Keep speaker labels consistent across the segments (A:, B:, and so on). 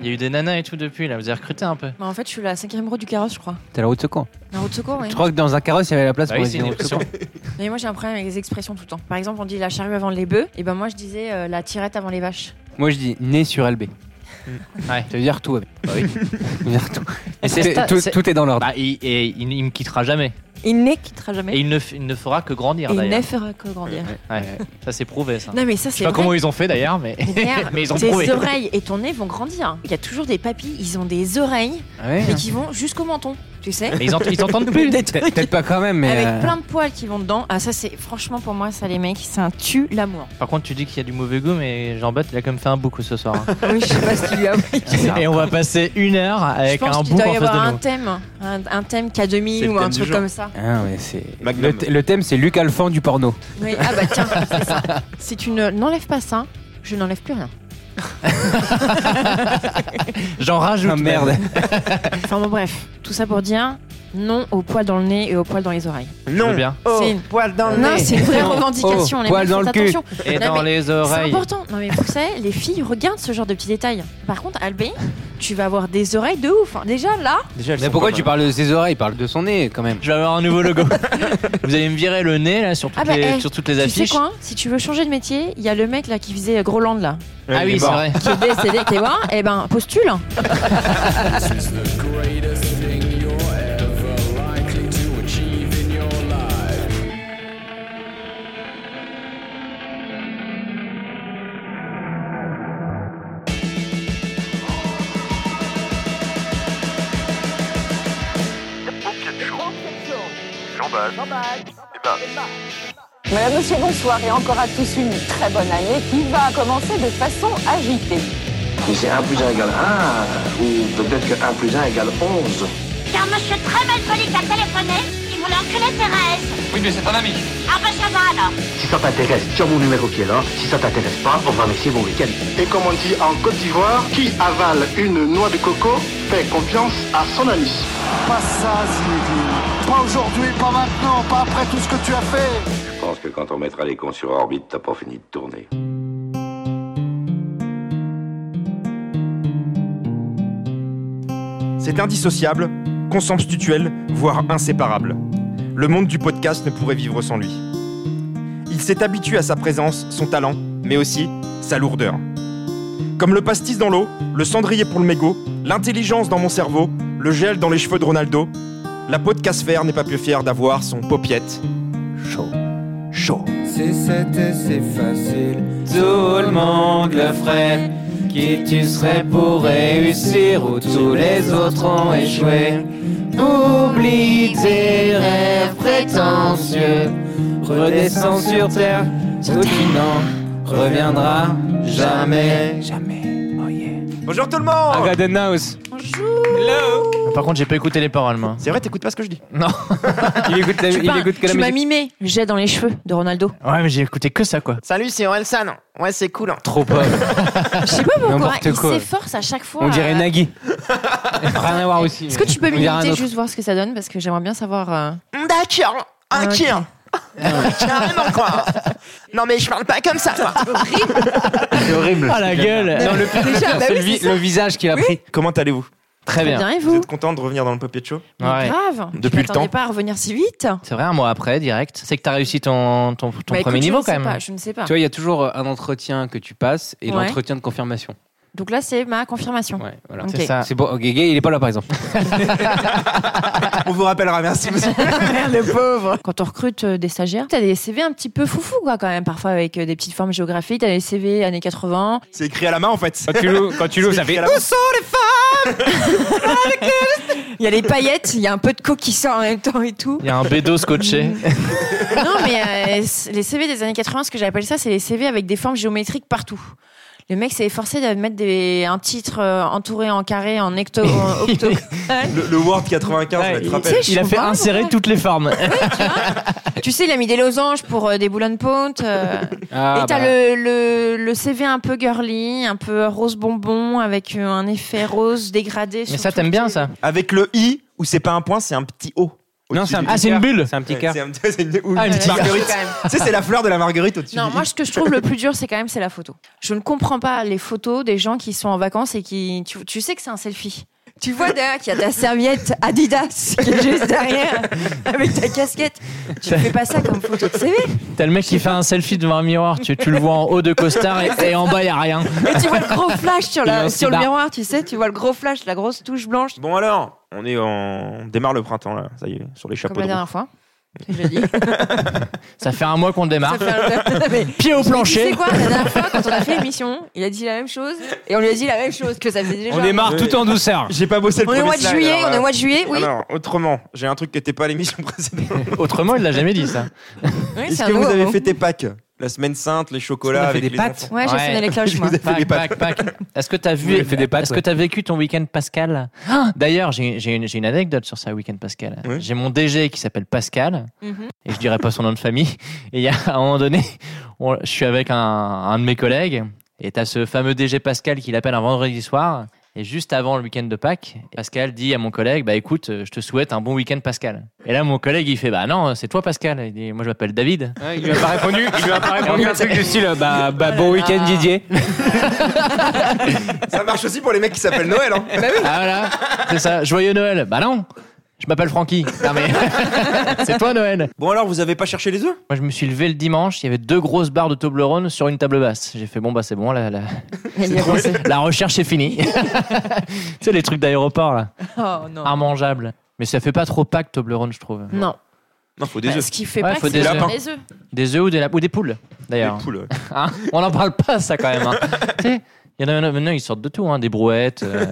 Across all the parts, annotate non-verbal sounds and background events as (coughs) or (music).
A: Il y a eu des nanas et tout depuis, là, vous avez recruté un peu.
B: Bah, en fait, je suis la cinquième roue du carrosse, je crois.
C: T'as la route de secours.
B: La roue de secours, oui.
C: Je crois que dans un carrosse, il y avait la place
A: Bah
C: pour
A: oui,
C: les
A: c'est
C: gens
A: une
C: au
A: expression.
C: secours.
B: Mais moi, j'ai un problème avec les expressions tout le temps. Par exemple, on dit la charrue avant les bœufs. Et ben moi, je disais euh, la tirette avant les vaches.
C: Moi, je dis né sur LB.
A: Ouais.
C: Ça veut dire tout. Abby.
A: Bah oui.
C: Ça veut (laughs) dire tout.
A: Et c'est
C: Tout est-
A: sta-
C: tout,
A: c'est-
C: tout est dans l'ordre.
A: Bah, il, et il, il me quittera jamais.
B: Il ne quittera jamais.
A: Et il ne, f- il ne fera que grandir
B: Et il ne
A: d'ailleurs.
B: fera que grandir.
A: Ouais. Ça c'est prouvé ça.
B: Non, mais ça,
A: Je sais
B: c'est
A: pas
B: vrai.
A: comment ils ont fait d'ailleurs,
B: (laughs)
A: mais,
B: Merde,
A: (laughs) mais ils ont
B: Tes
A: prouvé.
B: oreilles et ton nez vont grandir. Il y a toujours des papilles, ils ont des oreilles,
C: Ah Ouais. hein.
B: mais qui vont jusqu'au menton, tu sais.
A: Mais ils ent- ils t'entendent plus.
C: Peut- Peut-être pas quand même, mais.
B: Avec
C: euh,
B: plein de poils qui vont dedans. Ah, ça, c'est franchement pour moi, ça, les mecs, c'est un tue l'amour.
A: Par contre, tu dis qu'il y a du mauvais goût, mais jean baptiste il a quand même fait un bouc ce soir.
B: (laughs)
A: hein.
B: (laughs) Oui, je sais pas ce qu'il lui a pris.
A: et on va passer une heure
B: Je
A: avec un
B: pense qu'il
A: bouc
B: doit
A: en
B: y avoir
A: face de
B: un
A: nous.
B: thème, un, un thème qui a 2000
D: C'est le
B: ou un
D: thème du
B: truc
D: jour.
B: comme ça.
C: Ah ouais, c'est.
D: Magnum.
C: Le, th- le thème, c'est Luc Alphand du porno.
B: Oui, ah bah tiens, (laughs) c'est ça. Si tu ne- n'enlèves pas ça, je n'enlève plus rien.
A: J'en rajoute.
C: Ah merde.
A: même.
B: Enfin bon, bref, tout ça pour dire non aux poils dans le nez et aux poils dans les oreilles.
A: Je
D: Non,
A: veux bien.
B: C'est une-
D: poil dans
A: Ah
B: Non, c'est une vraie revendication.
C: (laughs) oh,
B: les
C: poils
B: mecs,
C: dans
B: faites
C: le cul.
B: attention.
A: Et
B: Non,
A: dans
B: mais
A: les
B: C'est
A: oreilles.
B: important. Non mais vous savez, les filles regardent ce genre de petits détails. Par contre, Albé, tu vas avoir des oreilles de ouf. hein. Déjà là,
A: Déjà, elles
C: Mais
A: sont
C: pourquoi
A: pas
C: tu
A: bonnes.
C: parles de ses oreilles Il parle de son nez quand même.
A: Je vais avoir un nouveau
B: (laughs)
A: logo. Vous allez me virer le nez là sur toutes
B: Ah bah,
A: les,
B: eh,
A: sur toutes les
B: tu sais
A: affiches.
B: quoi Si tu veux changer de métier, il y a le mec là qui faisait euh, Groland là,
A: ah oui, c'est vrai.
B: qui est décédé, qui est mort. Eh ben, postule.
E: This is the greatest thing you're ever likely to achieve in your life.
F: Madame, monsieur, bonsoir et encore à tous une très bonne année qui va commencer de façon agitée.
G: Mais c'est 1 plus 1 égale 1, ou peut-être que 1 plus 1 égale 11.
H: C'est un monsieur très malpoli qui a téléphoné, qui voulait enculer Thérèse. Oui, mais c'est un ami. Ah ben ça va alors.
G: Si ça t'intéresse, tu as mon numéro qui est là. Si ça t'intéresse pas, on va mixer mon week-end. Et comme on dit en Côte d'Ivoire, qui avale une noix de coco fait confiance à son ami. Pas ça, Zinédine. Pas aujourd'hui, pas maintenant, pas après tout ce que tu as fait.
I: Je pense que quand on mettra les cons sur orbite, t'as pas fini de tourner.
D: C'est indissociable, consubstituel, voire inséparable. Le monde du podcast ne pourrait vivre sans lui. Il s'est habitué à sa présence, son talent, mais aussi sa lourdeur. Comme le pastis dans l'eau, le cendrier pour le mégot, l'intelligence dans mon cerveau, le gel dans les cheveux de Ronaldo, la podcastfère n'est pas plus fière d'avoir son popiette chaud. Chaud.
E: C'est cet et c'est facile.
C: Tout le monde le ferait. Qui tu serais pour réussir où tous les autres ont échoué Oublie tes rêves prétentieux. Redescends sur terre, tout qui n'en reviendra jamais. Jamais. Oh yeah.
D: Bonjour tout le
C: Ah,
D: monde
C: House.
A: Par contre, j'ai pas écouté les paroles, moi.
D: C'est vrai, t'écoutes pas ce que je dis
A: Non.
C: Il écoute, la,
B: Tu,
C: il
B: peins-
C: écoute que la
B: tu m'as
C: musique.
B: mimé. J'ai dans les cheveux de Ronaldo.
A: Ouais, mais j'ai écouté que ça, quoi.
D: Salut, c'est Orelsan. Ouais, c'est cool. hein.
C: Trop pauvre.
B: Je sais pas pourquoi.
C: N'importe
B: Il
C: quoi.
B: s'efforce à chaque fois.
C: On
B: euh, (laughs)
C: dirait Nagui. Rien à voir aussi.
B: Est-ce que tu peux
C: On dirait un
B: m'imiter
C: autre.
B: juste voir ce que ça donne parce que j'aimerais bien savoir. euh,
D: D'accord,
B: Ah,
D: un
B: ok.
D: kir. (laughs) Carrément quoi. Non mais je parle pas comme ça quoi.
C: C'est horrible.
A: Ah la gueule
C: Non, le pire, le pire, c'est le, vi- le visage qu'il a pris.
D: Comment allez-vous
A: Très
B: Très
A: Eh bien.
B: bien et
D: Vous
B: vous
D: êtes content de revenir dans le papier de show
B: Mais
A: Ouais.
B: Grave.
D: Depuis
B: je
D: le
B: m'attendais
D: temps.
B: pas à revenir si vite.
A: C'est vrai, un mois après, direct. C'est que t'as réussi ton, ton, ton
B: Bah, écoute,
A: premier
B: je
A: niveau
B: ne sais
A: quand même.
B: pas, Je ne sais pas.
C: Tu vois, il y a toujours
J: euh,
C: un entretien que tu passes et
B: Ah. Ouais.
C: l'entretien de confirmation.
B: Donc là, c'est ma confirmation.
C: Ouais, voilà.
B: Ok.
A: C'est
J: Ah.
A: ça.
C: C'est bon, Guégué, il est pas là par exemple.
D: On vous rappellera, merci monsieur.
B: le pauvre. Quand on recrute euh, des stagiaires, t'as des CV un petit peu foufou, quoi, quand même, parfois avec euh, des petites formes géographiques. T'as des CV années 80.
D: C'est écrit à la main en fait.
C: tu l'ouvres, quand tu
D: l'ouvres, ça fait- Où
C: sont
B: Il y a les paillettes, il y a un peu de coq qui sort en même temps et tout.
A: Il y a un bédo scotché.
B: Non, mais euh, c- les CV des années 80, ce que j'appelle ça, c'est les CV avec des formes géométriques partout. Le mec s'est efforcé de mettre des, un titre euh, entouré en carré, en octo. en octo-
D: Le, le Word 95,
A: Ouais,
D: là, tu te
A: il-
D: rappelles
B: je
A: Il a
B: suis
A: fait
B: vraiment
A: insérer
B: vrai.
A: toutes les formes.
B: tu sais, il a mis des losanges pour euh, des boulons pontes.
C: ah,
B: euh. et t'as
C: bah,
B: le, le, le CV un peu girly, un peu rose bonbon, avec euh, un effet rose dégradé.
A: Mais
B: sur
A: ça,
B: tout
A: t'aimes
B: le
A: bien
B: CV.
A: ça
D: Avec le i, où c'est pas un point, c'est un petit o.
J: Non, Ah, c'est un
D: au-dessus
J: petit
K: c'est une
J: cœur.
K: bulle.
J: C'est un petit
D: Ouais,
J: cœur.
D: C'est un petit- c'est une, ou une
B: Ah, une
D: petite
B: petite
D: marguerite.
B: quand même.
D: (laughs) tu sais, c'est la fleur de la marguerite au-dessus.
B: Non,
D: du-
B: moi, ce que je trouve le plus dur, c'est quand même c'est la photo. Je ne comprends pas les photos des gens qui sont en vacances et qui. Tu, tu sais que c'est un selfie. Tu vois derrière qu'il y a ta serviette Adidas qui est juste derrière avec ta casquette. Tu fais pas ça comme photo de CV.
A: T'as le mec qui fait un selfie devant un miroir, tu, tu le vois en haut de costard et, et en bas, il a rien.
B: Et tu vois le gros flash sur,
A: Il est
B: la,
A: aussi
B: sur le
A: bas.
B: miroir, tu sais. Tu vois le gros flash, la grosse touche blanche.
D: Bon alors, on est en... on démarre le printemps là, ça y est, sur les chapeaux
B: Comme la
D: de roue.
B: dernière (laughs) fois. Je l'ai dit.
A: Ça fait un mois qu'on démarre.
B: Ça fait un- Mais
A: Pied au
B: Tu
A: plancher.
B: sais quoi, la dernière fois, quand on a fait l'émission, il a dit la même chose et on lui a dit la même chose que ça faisait déjà.
J: On démarre tout en douceur.
D: J'ai pas bossé le
B: On est au
D: premier
B: mois de
D: slide,
B: juillet,
D: alors,
B: on est
D: euh,
B: au mois de juillet, oui.
D: Alors, autrement, j'ai un truc qui n'était pas à l'émission précédente.
A: Autrement, il l'a jamais dit ça.
B: Oui,
D: Est-ce
B: c'est
D: que
B: un
D: vous
B: nouveau
D: avez
B: mot.
D: fêté Pâques La semaine sainte, les
J: On
D: chocolats
J: a fait
D: avec
J: des
D: les
J: pâtes.
D: enfants.
B: Ouais, j'ai
A: Ouais.
B: sonné les (laughs) cloches,
D: Je
B: moi.
D: vous ai fait
A: Pac,
D: des pâtes.
A: pac, pac. Est-ce que t'as
J: Vous
A: vu
J: avez fait des pattes,
A: Est-ce
J: ouais.
A: que t'as vécu ton week-end Pascal Ah, D'ailleurs, j'ai j'ai une, j'ai une anecdote sur ça, week-end Pascal.
D: Oui.
A: J'ai mon DG qui s'appelle Pascal
B: Mhm.
A: et je dirais pas son nom de famille. Et il y a à un moment donné, on- je suis avec un, un de mes collègues et t'as ce fameux DG Pascal qui l'appelle un vendredi soir. Et juste avant le week-end de Pâques, Pascal dit à mon collègue, bah écoute, euh, je te souhaite un bon week-end Pascal. Et là, mon collègue, il fait, bah non, c'est toi Pascal. Il dit, moi je m'appelle David.
J: il lui a pas répondu. Il lui a pas répondu un truc du style bah, bah bon
B: Oh là.
J: week-end Didier.
D: Ça marche aussi pour les mecs qui s'appellent Noël. Hein.
B: Eh ben
A: Ah voilà, c'est ça, joyeux Noël. Bah non, je m'appelle Francky. Non mais, (laughs) c'est toi Noël.
D: Bon alors, vous avez pas cherché les œufs
A: Moi je me suis levé le dimanche, il y avait deux grosses barres de Toblerone sur une table basse. J'ai fait bon bah c'est bon, la, la,
B: Il y a pensé.
A: (laughs) la recherche est
D: (laughs)
A: finie. tu sais les trucs d'aéroport là,
B: Oh non.
A: immangeables. Mais ça fait pas trop pack Toblerone je trouve.
B: Non.
D: Ah. Non, faut des
B: Bah,
D: œufs.
B: ce qui fait
A: Ouais,
B: pas
A: faut
B: que c'est
A: des
D: lapins.
B: des œufs.
A: Des œufs ou des, lap- ou des poules d'ailleurs.
D: Des poules.
B: Ah
A: Hein On n'en parle pas ça quand
D: (laughs)
A: même. hein. tu sais, il y en a maintenant ils sortent de tout, hein, des brouettes, euh,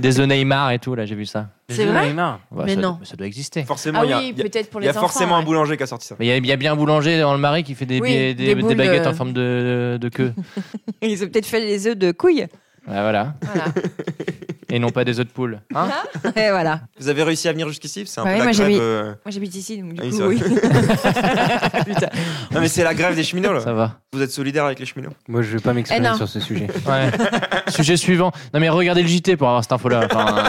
A: des œufs Neymar et tout là j'ai vu ça.
B: C'est vrai
J: Neymar.
A: Bah,
B: Mais
A: ça-
B: non.
A: Ça doit exister.
D: Forcément,
B: Ah
D: il y a,
B: oui,
D: il y a-
B: peut-être pour
D: il y
B: les
D: a
B: enfants. hein.
D: forcément un
B: ouais.
D: boulanger qui a sorti ça.
A: Mais il y, a- il y a bien un boulanger dans le marais qui fait des,
B: Oui,
A: des,
B: des
A: des- des
B: boules,
A: baguettes
B: euh.
A: en forme de, de (laughs) queue.
B: (laughs) Ils ont peut-être fait les œufs de couilles.
A: Ouais, voilà.
B: Voilà.
A: Et non pas des œufs de poule. Hein
B: (laughs) Et voilà.
D: Vous avez réussi à venir jusqu'ici C'est un
B: Ouais,
D: peu la
B: moi, j'ai
D: grève.
B: mis-
D: euh,
B: Moi j'habite ici, donc du
D: Ah oui,
B: coup,
D: c'est
B: oui.
D: vrai. Non mais c'est la grève des cheminots.
A: Ça
D: Là.
A: va.
D: Vous êtes solidaires avec les cheminots
J: Moi je vais pas
B: Eh
J: m'exprimer
B: non.
J: sur ce sujet.
A: Ouais. Sujet suivant. Non mais regardez le JT pour avoir cette info-là. Enfin,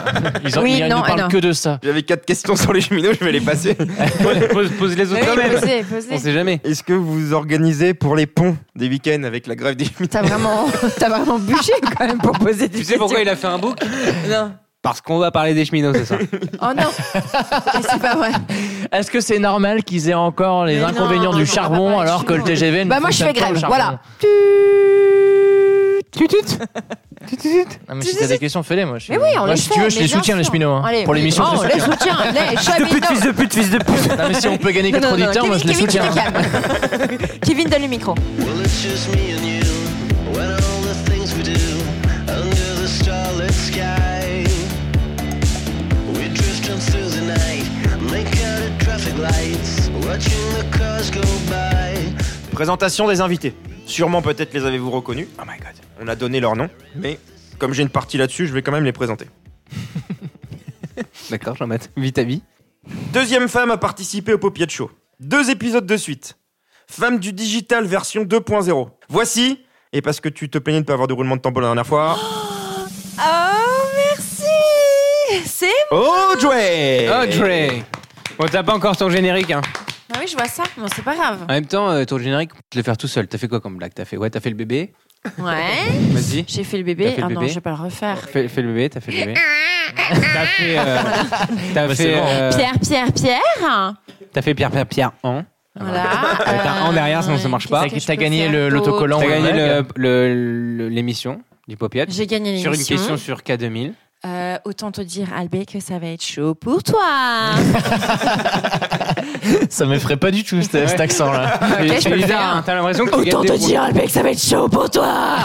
A: ils, en-
B: Oui,
A: ils ne
B: non,
A: parlent
B: non.
A: que de ça.
D: J'avais quatre questions sur les cheminots, je vais les
J: (laughs)
D: passer.
J: pose, pose les
B: Mais
J: autres
B: oui,
J: quand même.
B: posez,
J: On
B: posez.
J: sait jamais.
D: (laughs) Est-ce que vous organisez pour les ponts des week-ends avec la grève des cheminots
B: T'as vraiment, t'as vraiment bûché quand même pour poser des
J: Tu sais pourquoi il a fait un book
B: (laughs) Non.
J: Parce qu'on va parler des cheminots, c'est ça.
B: Oh non. Mais (laughs) c'est pas vrai.
A: Est-ce que c'est normal qu'ils aient encore les
B: Mais non,
A: inconvénients du
B: non, non, on va
A: charbon
B: pas
A: alors
B: là-dessus,
A: que le
B: non.
A: TGV ne
B: Bah moi je
A: fonctionne
B: fais
A: pas au
B: grève,
A: charbon
B: voilà.
A: Non, mais si t'as des questions, fais-les. Moi, je, suis-
B: Mais oui, on
A: moi,
B: les
A: si
B: fait,
A: tu veux, je
B: mais
A: les
B: bien
A: soutiens les
B: sûr.
A: cheminots. hein.
B: Allez,
A: pour
B: oui.
A: l'émission,
B: Oh,
A: je
B: on
A: les
B: les
A: soutiens.
B: soutient, les cheminots.
J: de pute, fils de pute.
A: Non, mais si on peut gagner 4 auditeurs, moi je les
B: Kevin,
A: soutiens. hein.
B: Kevin, t'es calme. Kevin, donne le micro.
G: Well, it's just me and you. When all the things we do under the starlit sky, we drift on through the night, make out at traffic lights, watching the cars go by.
D: Présentation des invités. Sûrement peut-être les avez-vous reconnus. Oh my god. On a donné leur nom, mais comme j'ai une partie là-dessus, je vais quand même les présenter.
J: (laughs) D'accord, Jean-Math. Vite à vie.
D: Deuxième femme à participer au Popiat Show. Deux épisodes de suite. Femme du digital version 2.0. Voici, et parce que tu te plaignais de ne pas avoir de roulement de tambour la dernière fois,
B: Oh merci. C'est.
D: Oh, Audrey
J: Audrey Bon, t'as pas encore ton générique, hein.
B: Ah oui, je vois ça. Bon, c'est pas grave.
J: En même temps, euh, ton générique, tu peux le faire tout seul. T'as fait quoi comme blague T'as fait, ouais, t'as fait le bébé.
B: Ouais.
J: Vas-y.
B: J'ai fait le bébé.
J: T'as fait le
B: ah non,
J: bébé.
B: je vais pas le refaire.
J: Fais, fais le bébé, t'as fait le bébé. t'as fait. euh, t'as
A: Bah, c'est
J: fait.
A: bon.
J: euh,
B: Pierre, Pierre, Pierre.
J: t'as fait Pierre, Pierre, Pierre, hein.
B: Voilà.
J: Ouais, t'as un derrière, sinon ça
B: euh,
J: marche pas.
B: qu'est-ce que
A: T'as-
B: je
A: t'as
B: peux
A: gagné
B: faire
A: le-
B: d'autre
A: l'autocollant.
J: T'as
A: Ouais,
J: gagné
A: blague.
J: le- le- le- l'émission du Popiat.
B: J'ai gagné l'émission.
J: Sur une question sur K2000.
B: Euh, autant te dire, Albé, que ça va être chaud pour toi.
A: Ça m'effraie pas du tout cet cet
B: (laughs)
A: accent-là.
J: Et
B: je peux
J: c'est
B: le
J: bizarre,
B: faire.
J: hein, t'as l'impression que tu
B: autant
J: gagnes
B: te
J: des points.
B: dire, Albé, que ça va être chaud pour toi.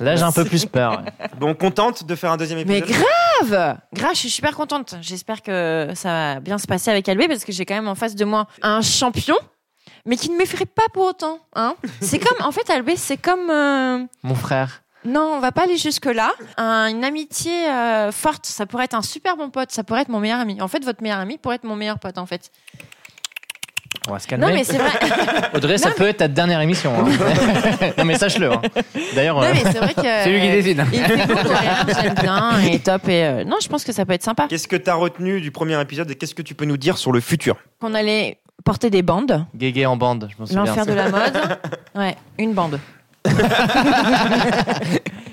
A: Là, j'ai un peu plus peur.
D: Bon, contente de faire un deuxième
B: Mais
D: épisode
B: grave Grave, je suis super contente. J'espère que ça va bien se passer avec Albé parce que j'ai quand même en face de moi un champion, mais qui ne m'effraie pas pour autant.
A: (laughs)
B: Hein c'est comme, en fait, Albé, c'est comme. euh,
A: Mon frère.
B: Non, on va pas aller jusque-là. Un- une amitié euh, forte, ça pourrait être un super bon pote, ça pourrait être mon meilleur ami. En fait, votre meilleur ami pourrait être mon meilleur pote, en fait.
A: On va se calmer.
B: Non, mais c'est vrai.
A: (laughs) Audrey, ça peut être ta dernière émission.
B: (laughs)
A: hein. non, mais sache-le. hein. D'ailleurs,
B: Non,
A: euh,
B: mais c'est vrai que.
A: c'est lui qui décide.
B: Il fait beau, ouais, j'aime bien et top. Et, euh, non, je pense que ça peut être sympa.
D: Qu'est-ce que t'as retenu du premier épisode et qu'est-ce que tu peux nous dire sur le futur
B: Qu'on allait porter des bandes.
A: Guégué en bande, je m'en souviens.
B: L'enfer de la mode. Ouais, une bande.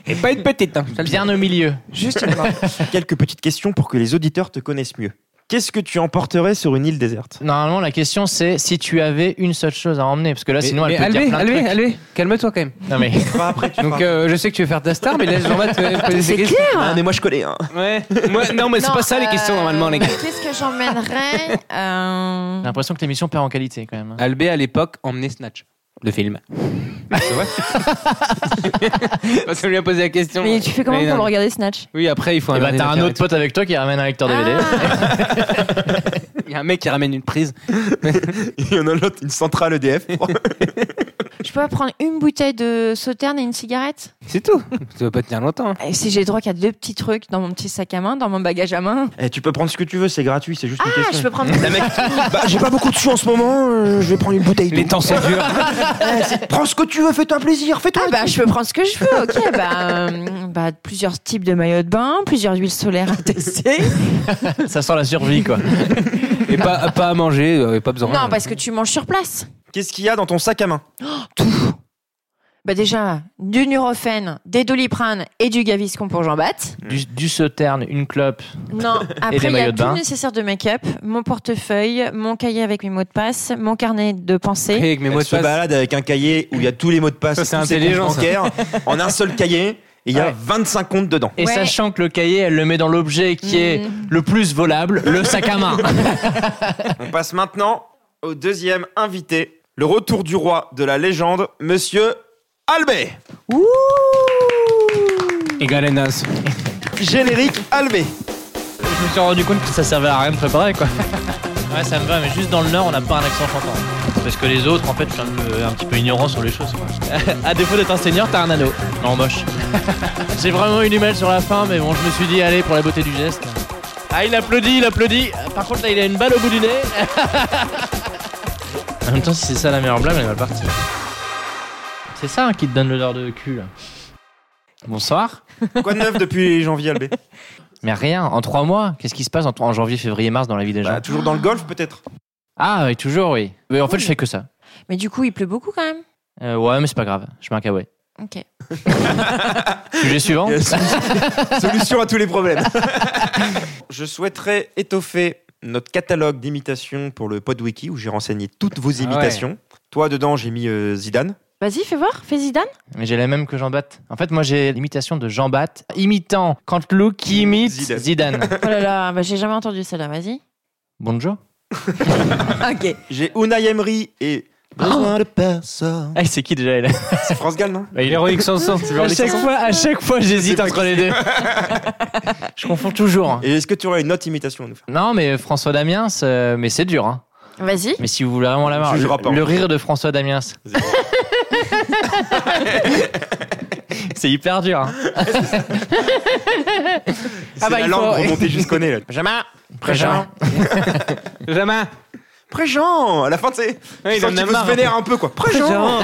A: Et pas une petite.
J: hein.
A: Bien au milieu.
D: Juste une bande. Quelques petites questions pour que les auditeurs te connaissent mieux. Qu'est-ce que tu emporterais sur une île déserte
A: Normalement, la question c'est si tu avais une seule chose à emmener, parce que là, sinon, elle peut te dire
C: Alvé,
A: plein de
C: Alvé,
A: trucs.
C: Alvé, calme-toi quand même.
A: Non mais.
C: Donc euh, je sais que tu veux faire ta star, mais laisse Jean-Baptiste euh, poser ses
B: C'est
C: questions.
B: clair. Ah,
D: mais moi je connais.
C: Ouais. Moi- non, mais c'est
B: Non,
C: pas ça les
B: euh,
C: questions normalement, les gars.
B: Qu'est-ce que j'emmènerais euh,
A: J'ai l'impression que l'émission perd en qualité quand même. hein.
C: Ah. Albé à l'époque emmenait Snatch, le film. C'est vrai (laughs) Parce qu'on lui a posé la question.
B: Mais tu fais comment
C: Mais
B: pour
C: non.
B: regarder Snatch
C: Oui, après il faut.
A: Et bah, t'as un
C: docteur et
A: autre pote avec toi qui ramène un lecteur DVD.
B: Ah.
C: tout. Il y a un mec qui ramène une prise.
D: (laughs) Il y en a l'autre, une centrale E EDF.
B: Je peux pas prendre une bouteille de sauterne et une cigarette
C: C'est tout. Ça va pas tenir longtemps. hein.
B: Et Si j'ai droit qu'à deux petits trucs dans mon petit sac à main, dans mon bagage à main.
D: (laughs) Eh, tu peux prendre ce que tu veux, c'est gratuit, c'est juste une
B: Ah,
D: question.
B: je peux
C: (laughs)
B: prendre. (laughs)
D: La mec, bah, j'ai pas beaucoup de sous en ce moment, euh, je vais prendre une bouteille.
C: Les
D: d'eau.
C: temps sont durs.
D: Eh, c'est- prends ce que tu veux, fais-toi un plaisir, fais-toi.
B: Ah bah je peux prendre ce que je veux, ok. Bah, euh, bah, plusieurs types de maillots de bain, plusieurs huiles solaires à tester.
C: (laughs)
A: Ça sent la survie
B: (laughs)
A: quoi.
C: Et pas, pas à manger, euh, et pas besoin.
B: Non, parce que tu manges sur place.
D: Qu'est-ce qu'il y a dans ton sac à main
B: Bah déjà, du Nurofen, des Doliprane et du Gaviscon pour Jean-Bapt.
A: Du, du sauterne, une clope.
B: Non, après
A: des
B: il y
A: maillots
B: a
A: de
B: tout
A: bain.
B: le nécessaire de make-up, mon portefeuille, mon cahier avec mes mots de passe, mon carnet de pensée.
C: Avec mes mots de
D: se
C: passe.
D: balade avec un cahier où il y a tous les mots de passe,
C: Ça, c'est
D: tous ses
C: intelligent,
D: comptes
C: ça.
D: bancaires, en un seul cahier, et il y a
A: Ouais.
D: 25 comptes dedans.
A: Et
B: Ouais.
A: sachant que le cahier, elle le met dans l'objet qui est le plus volable, le sac à main.
D: On passe maintenant au deuxième invité, le retour du roi de la légende, monsieur Albé.
C: Et Galenas.
D: Générique Albé.
A: Je me suis rendu compte que ça servait à rien de préparer quoi. (laughs) Ouais, ça me va, mais juste dans le Nord, on n'a pas un accent chantant. Parce que les autres, en fait, je suis un, peu- un petit peu ignorant sur les choses. quoi. (laughs) à défaut d'être un seigneur, t'as un anneau. Non, (laughs) moche. J'ai vraiment eu du mal sur la fin, mais bon, je me suis dit, allez, pour la beauté du geste. Ah, il applaudit, il applaudit. Par contre, là, il a une balle au bout du nez. (laughs) en même temps, si c'est ça la meilleure blague, elle est mal partie. C'est ça hein, qui te donne l'odeur de cul, là. Bonsoir.
D: Quoi de neuf depuis janvier, Albé
A: Mais rien, en trois mois, qu'est-ce qui se passe en, en janvier, février, mars dans la vie des gens
D: (laughs) Bah, Toujours dans le golf, (laughs) peut-être
A: Ah, oui, toujours, Ah oui. Mais en fait,
B: Oui.
A: je fais que ça.
B: Mais du coup, il pleut beaucoup quand même.
A: Euh, ouais, mais c'est pas grave, je mets un kawaii.
B: Ok.
A: (laughs) Sujet suivant
D: Solution à tous les (laughs) problèmes. Je souhaiterais étoffer notre catalogue d'imitations pour le Podwiki où j'ai renseigné toutes vos imitations. Toi, dedans, j'ai mis euh, Zidane.
B: Vas-y, fais voir, fais
A: (laughs)
B: Zidane.
A: Mais j'ai la même que Jean Bat. En fait, moi, j'ai l'imitation de Jean Bat, imitant quand Luke qui imite
D: Zidane.
A: Mm, Zidane. (laughs)
B: Oh là là, bah, j'ai jamais entendu celle-là, vas-y.
A: Bonjour.
B: Ok.
D: J'ai Unai Emery et. Besoin de personne.
A: Ah, c'est qui déjà elle
D: C'est France Gall, non
C: L'héroïque chanson.
A: à, chaque fois, à chaque fois, j'hésite entre les deux. (laughs) je confonds toujours. hein.
D: Et est-ce que tu aurais une autre imitation à nous faire
A: Non, mais François Damiens, euh, mais c'est dur. Hein.
B: Vas-y.
A: Mais si vous voulez vraiment la
D: On
A: marre,
D: jugera
A: le,
D: pas.
A: le rire de François Damiens, (laughs) c'est hyper dur. Hein.
D: C'est la langue remontée jusqu'au nez. (laughs) Là.
A: Jamais.
D: Préjean.
C: Jamais.
D: Préjean À la fin, tu sais.
C: Ouais, il
D: tu sens
C: en a
D: qu'il veut
C: marre.
D: se vénère un peu, quoi. Préjean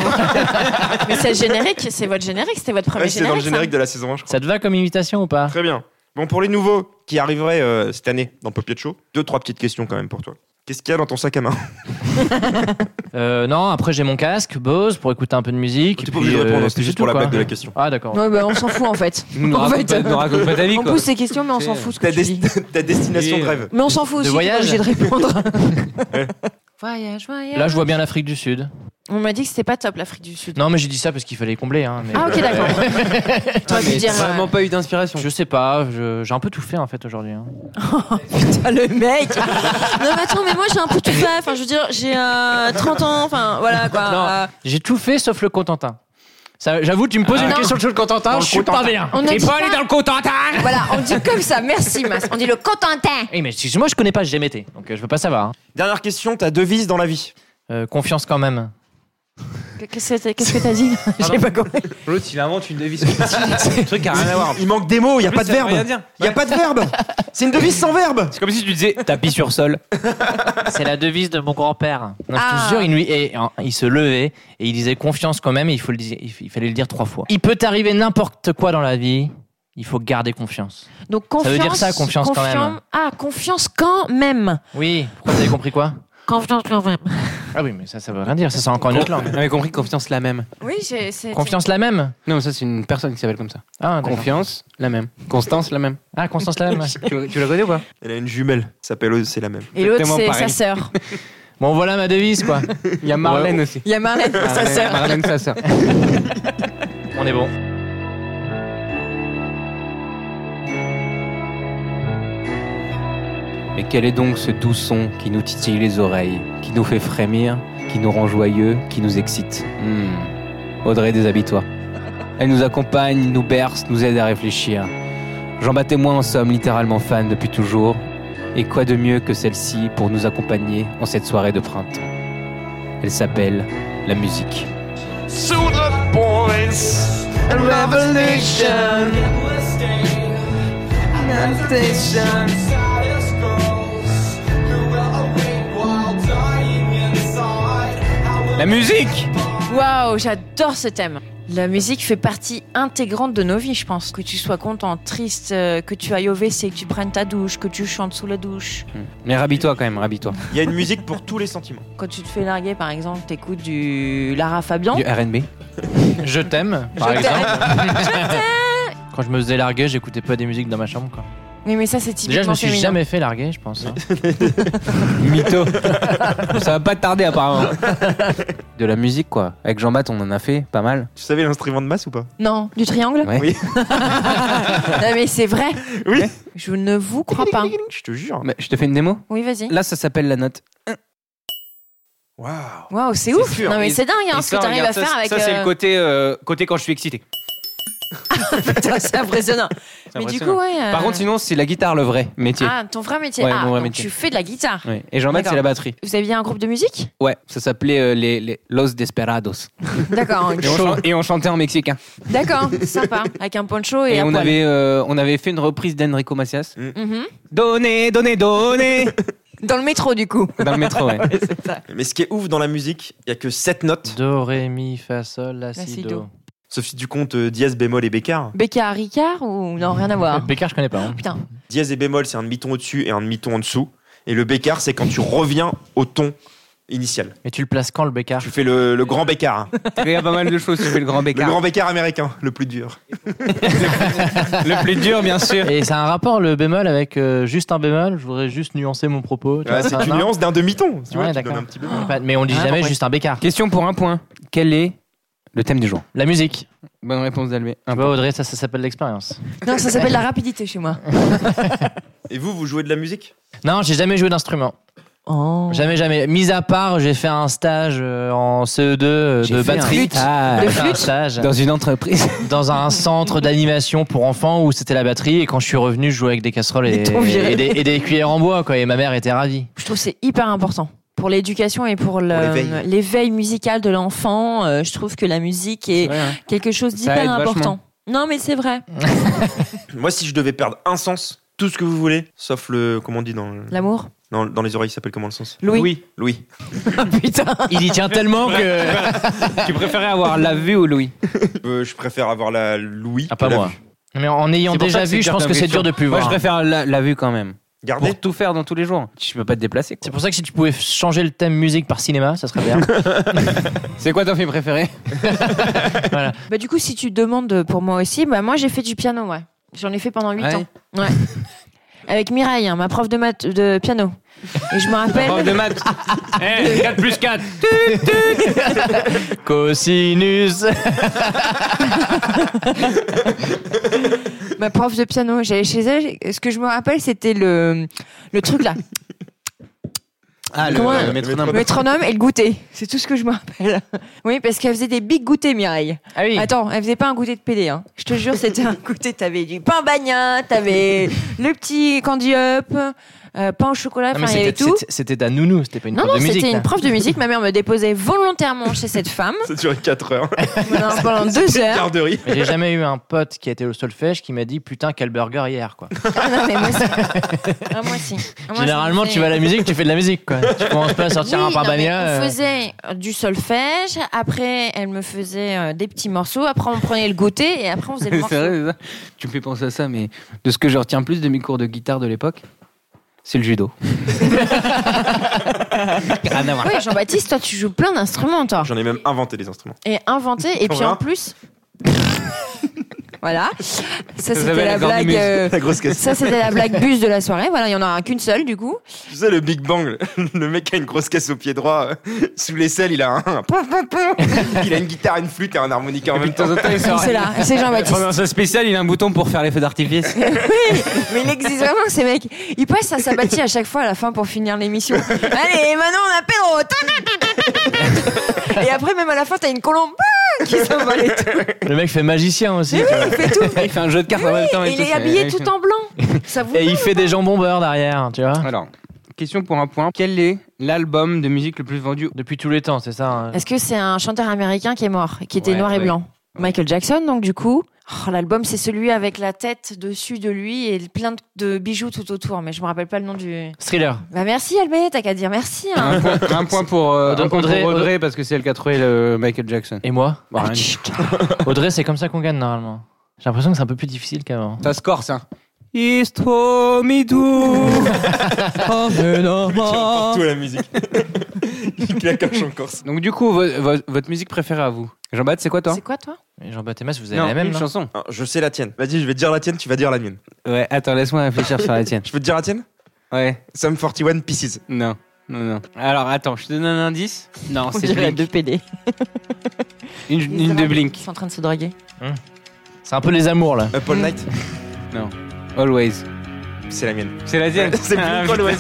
B: Mais c'est le générique, c'est votre générique, c'était votre premier
D: Ouais, Ah, C'est
B: générique.
D: dans le
B: ça.
D: générique de la saison 1, je crois.
A: Ça te va comme imitation ou pas
D: Très bien. Bon, pour les nouveaux qui arriveraient euh, cette année dans Popier de Show, deux, trois petites questions quand même pour toi. Qu'est-ce qu'il y a dans ton sac à main
A: Euh, non, après j'ai mon casque, Bose, pour écouter un peu de musique.
D: Oh, T'es
A: et
D: pas obligé de
A: puis, euh,
D: répondre,
A: puis
D: c'était juste
A: tout,
D: pour la
A: quoi.
D: blague de la question.
A: Ah d'accord.
B: Ouais, bah, on s'en fout en fait.
C: Nous
B: en
C: raconte
B: fait,
C: pas- nous raconte pas ta vie,
B: on
C: quoi.
B: pose ces questions, mais on s'en fout ce que
D: Ta,
B: tu
A: (laughs)
B: dis.
D: desti- (laughs) ta destination
C: Et,
D: de
C: euh,
D: rêve.
B: Mais on s'en fout aussi, t'es pas
A: voyage
B: obligé de répondre.
A: (laughs)
B: voyage, voyage.
A: Là, je vois bien l'Afrique du Sud.
B: On m'a dit que c'était pas top l'Afrique du Sud.
A: Non, mais j'ai dit ça parce qu'il fallait combler. hein, mais-
B: Ah ok, d'accord.
A: (laughs)
B: T'aurais
C: Mais
B: dû dire.
C: t'as vraiment pas eu d'inspiration.
A: euh, Je sais pas, je- j'ai un peu tout fait en fait aujourd'hui. hein.
B: Ah, le mec (laughs) Non mais attends, mais moi j'ai un peu tout fait. Enfin, je veux dire, j'ai euh, 30 ans. Enfin, voilà quoi.
A: Non,
B: Euh,
A: j'ai tout fait sauf le Contentin. Ça- J'avoue, tu me poses
B: Ah.
A: une
B: Non.
A: question sur le Contentin, je suis pas bien.
B: On a
A: T'es
B: dit
A: pas
B: ça.
A: allé dans le Contentin
B: Voilà, on dit comme ça. Merci, Mas. On dit le Cotentin.
A: Oui, Eh, mais excuse-moi, je connais pas GMT, donc euh, je peux pas savoir. hein.
D: Dernière question, ta devise dans la vie.
A: Euh, confiance quand même.
B: Qu'est-ce que t'as- qu'est-ce que t'as dit J'ai pas compris.
C: L'autre, il invente une devise. C'est un truc qui a rien à voir.
K: Il manque des mots, il n'y a
C: En
K: pas
C: plus,
K: de
C: ça veut
K: verbe.
C: rien dire.
K: Il n'y a pas de verbe. C'est une devise sans verbe.
C: C'est comme si tu disais tapis sur sol.
A: C'est la devise de mon grand-père. Non,
B: Ah.
A: Je te jure, il, lui- et, en- il se levait et il disait confiance quand même et il, faut le dire- il f- il fallait le dire trois fois. Il peut arriver n'importe quoi dans la vie, il faut garder confiance.
B: Donc confiance.
A: Ça veut dire ça, confiance quand
B: confiant-
A: même.
B: Ah, confiance quand même.
A: Oui, pourquoi vous avez compris quoi
B: Confiance quand même.
A: Ah oui, mais ça, ça veut rien dire, ça c'est encore une autre langue.
C: On avait compris confiance la même.
B: Oui, j'ai- c'est.
A: Confiance la même
C: Non, mais ça, c'est une personne qui s'appelle comme ça.
A: Ah, d'accord.
C: Confiance la même. Constance la même.
A: Ah, Constance la même. (laughs) ouais.
C: tu, tu la connais ou pas
D: Elle a une jumelle, s'appelle Aude, c'est la même.
B: Et l'autre,
C: Exactement
B: c'est
C: pareil.
B: sa
A: (laughs)
B: sœur.
A: Bon, voilà ma devise quoi.
C: Il y a Marlène aussi.
B: Il y a Marlène, sa
C: Marlène,
B: sœur.
C: Marlène, sa sœur.
A: On est bon.
C: Mais quel est donc ce doux son qui nous titille les oreilles, qui nous fait frémir, qui nous rend joyeux, qui nous excite Hmm. Audrey, déshabille-toi. Elle nous accompagne, nous berce, nous aide à réfléchir. Jean Bat et moi en sommes littéralement fans depuis toujours. Et quoi de mieux que celle-ci pour nous accompagner en cette soirée de printemps Elle s'appelle la musique.
J: Soon the boys and revelation. Manifestation.
C: La musique
B: Waouh, j'adore ce thème. La musique fait partie intégrante de nos vies, je pense. Que tu sois content, triste, euh, que tu ailles au WC, que tu prennes ta douche, que tu chantes sous la douche.
C: Mais rhabille-toi quand même, rhabille-toi.
D: Il y a une musique pour tous les sentiments.
B: Quand tu te fais larguer, par exemple, t'écoutes du Lara Fabian.
C: Du RB
A: Je t'aime, par
B: Je
A: exemple. Quand je me faisais larguer, j'écoutais pas des musiques dans ma chambre quoi.
B: Oui, mais ça, c'est typiquement
A: Déjà, je me suis
B: féminin.
A: jamais fait larguer, je pense. hein.
C: Mytho. Ça va pas tarder apparemment. De la musique quoi. Avec Jean Bat on en a fait pas mal.
D: Tu savais l'instrument de masse ou pas
B: Non, du triangle
C: Ouais.
D: Oui.
B: (laughs) Non, mais c'est vrai.
D: Oui.
B: Je ne vous crois pas.
D: Je te jure.
C: Mais je te fais une démo.
B: Oui, vas-y.
C: Là ça s'appelle la note.
D: Waouh.
B: Waouh, c'est ouf.
C: sûr.
B: Non, mais
C: Et-
B: c'est dingue hein,
C: Et
B: ce
C: ça,
B: que t'arrives à
C: regarde,
B: faire
C: ça,
B: avec.
C: Ça c'est
B: euh,
C: le côté euh, côté quand je suis excité.
B: (laughs) putain, c'est impressionnant.
C: C'est
B: Mais du
C: impressionnant.
B: coup, ouais. euh,
C: Par contre sinon c'est la guitare le vrai métier.
B: Ah, ton vrai métier.
C: Ouais,
B: ah,
C: mon vrai
B: donc
C: métier.
B: tu fais de la guitare.
C: Ouais. Et Jean Bat
B: D'accord.
C: c'est la batterie.
B: Vous aviez un groupe de musique
C: Ouais, ça s'appelait euh, les, les Los Desperados. (laughs)
B: D'accord,
C: Et on, chan- et on chantait en mexicain.
B: d'accord, sympa. Avec un poncho et,
C: Et
B: un
C: on
B: poil.
C: avait euh, on avait fait une reprise d'Enrico Macias.
B: Mhm.
C: Donnez, donnez, donnez
B: Dans le métro, du coup.
C: (laughs) dans le métro. Ouais.
D: Mais ce qui est ouf dans la musique, il y a que 7 notes.
A: Do, ré, mi, fa, sol, la, si,
B: si,
A: do.
D: Sauf si tu comptes euh, dièse, bémol et bécard.
B: Becca Ricard ou non, rien à voir.
A: Bécard, je connais pas. hein.
B: Putain,
D: Dièse et bémol, c'est un demi-ton au-dessus et un demi-ton en dessous. Et le bécard, c'est quand tu reviens au ton initial.
A: Mais tu le places quand le Bécard
D: Tu fais le, le grand bécard. hein.
C: Il y a pas mal de choses. Tu fais le grand
D: Le
C: bécard.
D: grand bécard américain, le plus dur.
C: le plus dur bien sûr.
A: Et c'est un rapport le bémol avec euh, juste un bémol. Je voudrais juste nuancer mon propos. tu
D: Ouais,
A: vois,
D: c'est
A: ça,
D: une
A: non
D: nuance d'un demi-ton. Tu vois,
A: Ouais,
D: tu donnes
A: d'accord.
D: un petit bémol.
A: Pas- Mais on dit
C: Ah,
A: jamais
C: compris.
A: juste un Bécard.
C: Question pour un point. Quel est le thème du jour
A: La musique.
C: Bonne réponse d'Albé.
A: Tu vois, Audrey, ça, ça s'appelle l'expérience.
B: non, ça s'appelle la rapidité chez moi.
D: Et vous, vous jouez de la musique
A: Non, j'ai jamais joué d'instrument.
B: Oh.
A: Jamais, jamais. Mis à part, j'ai fait un stage euh, en CE2 euh, de batterie. J'ai fait un (laughs) stage
C: dans une entreprise.
A: dans un centre d'animation pour enfants où c'était la batterie et quand je suis revenu je jouais avec des casseroles et,
B: Ils t'ont viré.
A: et des, et des cuillères en bois quoi et ma mère était ravie
B: Je trouve que c'est hyper important pour l'éducation et pour
D: Pour
B: le-
D: l'éveil.
B: l'éveil musical de l'enfant. euh, je trouve que la musique est
A: hein.
B: quelque chose
C: Ça aide
B: d'hyper
C: vachement. Mm.
B: important. Non, mais c'est vrai.
D: Moi, si je devais perdre un sens, tout ce que vous voulez, sauf le. Comment on dit dans, le-
B: L'amour.
D: dans, dans les oreilles, ça s'appelle comment le sens
B: Louis.
D: Louis.
B: (laughs) Putain.
A: il y tient tellement que
C: (laughs) (laughs) tu préférais avoir la vue ou Louis
D: Euh, je préfère avoir la Louis.
A: Ah, pas
D: que la
A: moi.
D: vue.
A: mais en ayant
C: C'est pour
A: déjà
C: ça que c'est
A: vu je
C: dur
A: pense
C: comme
A: que c'est dur de
C: question.
A: plus
C: Moi, je
A: voir
C: préfère la, la vue quand même.
D: Gardez.
C: Pour tout faire dans tous les jours. Tu peux pas te déplacer.
A: c'est
C: quoi.
A: pour ça que si tu pouvais changer le thème musique par cinéma ça serait bien
C: C'est quoi ton film (laughs) préféré
B: Bah, du coup, si tu demandes pour moi aussi, bah, moi j'ai fait du piano, ouais. J'en ai fait pendant 8
C: Ouais.
B: ans. Ouais. (laughs) Avec Mireille, hein, ma prof de, maths, de piano. Et
C: (laughs)
B: je me
C: Prof de
B: rappelle.
C: maths. 4 plus 4.
A: (laughs) cosinus
B: ma prof de piano, j'allais chez elle. et Ce que je me rappelle, c'était le, le truc là.
C: Ah, le,
B: Comment-
C: le métronome.
B: Le métronome et le goûter. C'est tout ce que je me rappelle. Oui, parce qu'elle faisait des big goûters, Mireille.
A: ah oui
B: Attends, elle faisait pas un goûter de PD. Hein. Je te jure, c'était un goûter. T'avais du pain bagnin, t'avais le petit candy up, euh, pain au chocolat,
A: Non,
B: enfin
A: mais
B: il y avait
A: c'était-
B: tout.
A: c'était- C'était ta nounou, c'était pas une
B: Non,
A: prof
B: non,
A: de musique.
B: c'était
A: là.
B: une prof de musique. Ma mère me déposait volontairement chez
A: (laughs)
B: cette femme
D: Ça durait 4 heures.
B: pendant, pendant deux heures.
A: Mais J'ai jamais eu un pote qui a été au solfège qui m'a dit putain quel burger hier quoi.
B: Ah, non, mais moi, aussi.
A: (laughs)
B: Ah, moi aussi. Ah, moi,
A: Généralement
B: c'est-
A: tu vas à la musique, tu fais de la musique quoi. Tu commences pas à sortir
B: Oui,
A: un
B: non, mais
A: parbania.
B: On
A: euh,
B: faisait du solfège, après elle me faisait euh, des petits morceaux, après on prenait le goûter et après on faisait le
A: (laughs)
C: (laughs)
B: morceau.
C: C'est vrai, c'est ça tu me fais penser à ça, mais de ce que je retiens plus de mes cours de guitare de l'époque, c'est le (laughs) judo. Rien à voir.
B: Oui, Jean-Baptiste, toi tu joues plein d'instruments toi.
D: J'en ai même inventé des instruments.
B: Et inventé, et
D: On
B: puis
D: verra.
B: en plus. voilà. Ça c'était
D: s'appelle
B: la
D: la
B: blague. euh,
D: cornemuse. La grosse caisse.
B: ça c'était la blague bus de la soirée. Voilà, il y en aura qu'une seule du coup.
D: Tu sais, le Big Bang, le- le mec a une grosse caisse au pied droit. euh, Sous l'aisselle, il a un. un pouf, pouf, pouf. Il a une guitare, une flûte et un harmonica en même temps.
B: (laughs) C'est là, c'est Jean-Baptiste.
C: Pendant ce spécial, il a un bouton pour faire les feux (laughs) d'artifice.
B: Oui, mais il existe vraiment ces mecs. Ils passent à Sabati à chaque fois à la fin pour finir l'émission. Allez, et maintenant on appelle au- Et après, même à la fin, t'as une colombe qui s'envole et tout.
A: Le mec fait magicien aussi. tu vois.
B: il fait
A: (laughs)
B: tout.
C: Il fait un jeu de cartes en même temps.
B: Et
C: et
B: il
C: tout,
B: est
C: c'est-
B: habillé tout en blanc. Ça vous
A: Et il fait des jambons beurre derrière, tu vois.
C: Alors, question pour un point. Quel est l'album de musique le plus vendu
A: Depuis tous les temps, c'est ça. hein.
B: Est-ce que c'est un chanteur américain qui est mort, qui était
C: Ouais,
B: noir et
C: ouais.
B: blanc Michael Jackson, donc du coup. Oh, L'album, c'est celui avec la tête dessus de lui et plein de- de bijoux tout autour, mais je me rappelle pas le nom du.
A: Thriller.
B: Bah merci Albé, t'as qu'à dire merci. hein.
C: un, point, un point pour, euh, un
A: Audrey-
C: point pour
A: Audrey-
C: Audrey, Ah, parce que c'est elle qui a trouvé le Michael Jackson.
A: Et moi
C: Bon, rien.
A: Audrey, c'est comme ça qu'on gagne normalement. J'ai l'impression que c'est un peu plus difficile qu'avant.
C: ça hein. score ça. It's to me (laughs) do. Oh, mais non,
D: Pour
C: moi.
D: tout à la musique. (laughs) Il claquage en Corse.
C: Donc du coup, vo- vo- votre musique préférée à vous Jean-Baptiste, c'est quoi toi
B: C'est quoi toi
A: Mais Jean-Baptiste Mas, vous avez
C: Non,
A: la même
C: une
A: là
C: chanson.
D: Ah, Je sais la tienne. Vas-y, je vais te dire la tienne, tu vas dire la mienne.
C: Ouais, attends, laisse-moi réfléchir sur la tienne.
D: Je peux te dire la tienne
C: (laughs) Ouais,
D: Sum 41 Pieces.
C: non, non, non. Alors attends, je te donne un indice. Non, c'est Blink.
B: PD.
C: Une, une de Blink.
B: Ils sont en train de se
C: (laughs)
B: droguer.
A: C'est un peu les amours là.
D: Up All Night,
C: Always.
D: Mm. c'est la mienne.
C: (laughs) C'est la tienne.
D: (laughs) C'est Blink
C: Ah, putain.
D: Always.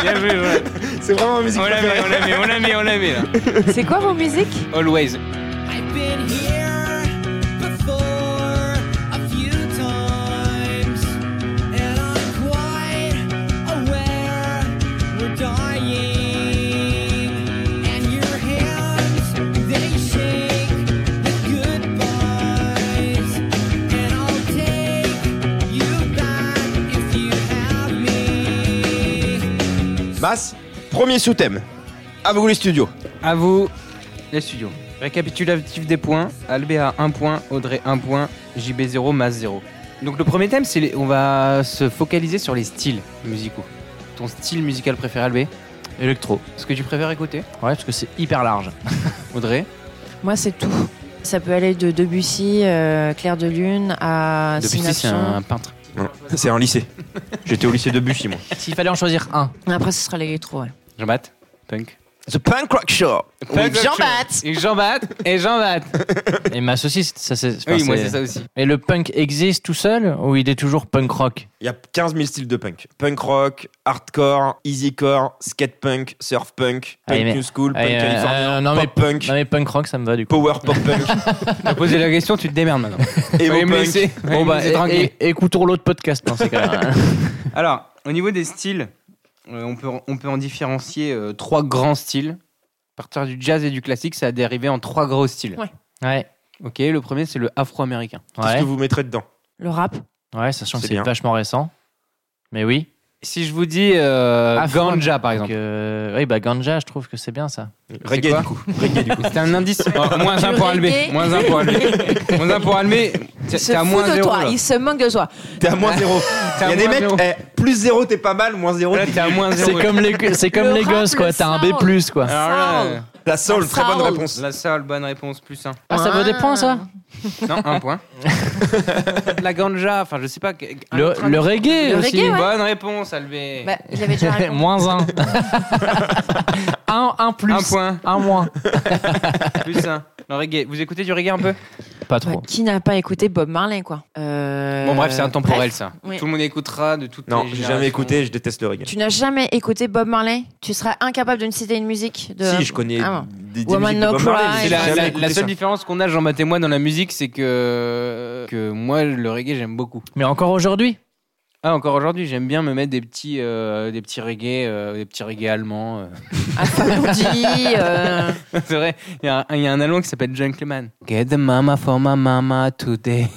C: Bien vu, ouais.
D: C'est vraiment ma musique
C: On l'a mis,
D: préférée.
C: on l'a mis, on l'a mis, on l'a mis là.
B: C'est quoi vos musiques
C: Always.
J: I've been here before a few times, and I'm quite aware we're dying. And your hands, they shake with goodbyes. And I'll take you back if you have me.
D: Mas, premier sous-thème. À vous les studios.
C: À vous, les studios. Récapitulatif des points. Albert a 1 point, Audrey 1 point, JB 0, Mas 0. Donc le premier thème, c'est les- on va se focaliser sur les styles musicaux. Ton style musical préféré, Albé
A: Electro.
C: Ce que tu préfères écouter
A: Ouais, parce que c'est hyper large.
C: Audrey
B: Moi, c'est tout. Ça peut aller de Debussy, euh, Clair de Lune à
C: Debussy, c'est
B: Synaption.
C: un peintre.
D: C'est un lycée. J'étais au lycée de Bussy, moi.
A: S'il fallait en choisir un.
B: Après, ce sera l'électro. Ouais.
C: Jean-Bat Punk.
D: The Punk Rock Show.
C: Punk Et Jean-Bat Et (laughs) Jean-Bat
A: Et ma saucisse, ça c'est. enfin,
C: Oui, moi
A: c'est-
C: c'est ça aussi.
A: Et le punk existe tout seul ou il est toujours punk rock
D: Il y a 15 000 styles de punk. Punk rock, hardcore, easycore, skate punk, surf punk, punk
A: Allez, mais-
D: new school, punk
A: Allez, euh,
D: californien,
A: euh, non, mais,
D: pop punk,
A: non mais punk rock ça me va du coup.
D: power pop punk,
C: T'as posé la question, tu te démerdes maintenant.
D: emo
C: Veuillez me
D: punk.
C: laisser. Veuillez
A: Bon
C: me
A: bah
C: laisser
A: é-
C: tranquille.
A: é- écoutons l'autre podcast dans ces cas-là.
C: Alors, au niveau des styles, euh, on, peut, on peut en différencier euh, trois grands styles. À partir du jazz et du classique, ça a dérivé en trois gros styles.
B: Ouais.
A: (laughs) ouais.
C: Ok, le premier, c'est le afro-américain.
D: Qu'est-ce que
A: Ouais.
D: vous mettrez dedans
B: Le rap.
A: Ouais, sachant que
D: C'est
A: c'est
D: bien.
A: vachement récent. Mais oui.
C: Si je vous dis euh,
A: Afro-
C: ganja, par
A: Donc,
C: exemple,
A: euh, oui, bah Ganja, je trouve que c'est bien ça.
D: Reggae,
C: quoi
D: du coup. Reggae, du coup.
C: c'est un indice. Oh, moins
B: Du
C: un pour Almé.
B: reggae.
C: Moins un pour Almé. (laughs) moins un pour Almé. T'es
B: Il se
C: t'es à
B: fout
C: moins
B: de
C: zéro.
B: toi.
C: là.
B: Il se manque de toi.
D: T'es à moins zéro. Il y
C: à
D: a des
C: moins
D: mecs,
C: zéro.
D: eh, plus zéro, t'es pas mal, moins zéro,
C: Là,
D: t'es
C: t'es à moins
A: C'est
C: zéro. Euh,
A: comme les, c'est comme
B: Le
A: les
B: rap,
A: gosses, quoi.
B: le
A: T'as un
B: soul.
A: B, quoi.
C: Alors là,
D: La soul, très bonne
B: soul.
D: réponse.
C: Ah la seule bonne réponse, plus un.
A: Ah, ça vaut des points, ça
C: Non, un point. (laughs) la ganja, enfin, je sais pas. que- un
A: Le,
C: autre
A: le
C: indice.
A: reggae
B: Ah, Le
A: aussi.
B: reggae, ouais.
C: Bonne réponse, Albé.
B: Bah, il avait
C: (laughs)
B: déjà répondu.
A: Moins un. un. Un plus.
C: Un point.
A: Un moins.
C: Plus un. Le reggae. Vous écoutez du reggae un peu
A: Pas
B: Ouais,
A: trop.
B: qui n'a pas écouté Bob Marley, quoi Euh,
C: Bon, bref, c'est intemporel ça.
B: Oui.
C: Tout le monde écoutera de toutes
D: Non,
C: les
D: j'ai
C: générations.
D: jamais écouté, je déteste le reggae.
B: Tu n'as jamais écouté Bob Marley Tu seras incapable de me citer une musique de...
D: Si, je connais
B: Ah,
D: des, des
B: Woman
D: musiques de
B: No
D: Bob Marley, mais
B: Cry.
C: C'est
D: j'ai
C: la,
D: jamais
C: la-
D: écouté
C: la seule
D: ça.
C: différence qu'on a, Jean-Baptiste et moi, dans la musique, c'est que, que moi, le reggae, j'aime beaucoup.
A: Mais encore aujourd'hui
C: Ah, encore aujourd'hui, j'aime bien me mettre des petits, euh, des petits reggae, euh, des petits reggae allemands. euh. (laughs)
B: Ah, euh.
C: C'est vrai, il y, a un- il y a un allemand qui s'appelle Gentleman. Get the mama for my mama today.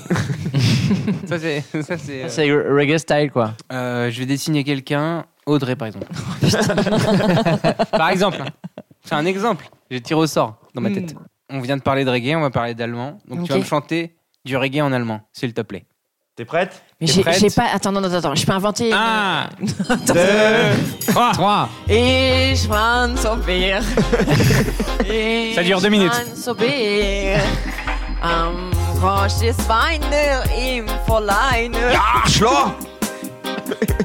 C: (laughs) ça, c'est. Ça, c'est, euh,
A: C'est reggae style, quoi.
C: euh, je vais dessiner quelqu'un, Audrey par (laughs) exemple. (laughs) par exemple, hein. c'est un exemple. J'ai tiré au sort dans ma tête. On vient de parler de reggae, on va parler d'allemand. Donc tu vas
B: Ok.
C: me chanter du reggae en allemand, s'il te plaît.
D: T'es prête
B: Mais j'ai j'ai pas. Attends, non, non, attends, je peux inventer. une-
C: Un, deux, trois.
B: Ich mein so Bier. Ich
C: (laughs) Ça dure deux minutes.
B: mein so Bier. Am Roche ist Weine im Vorleine.
D: Arschloch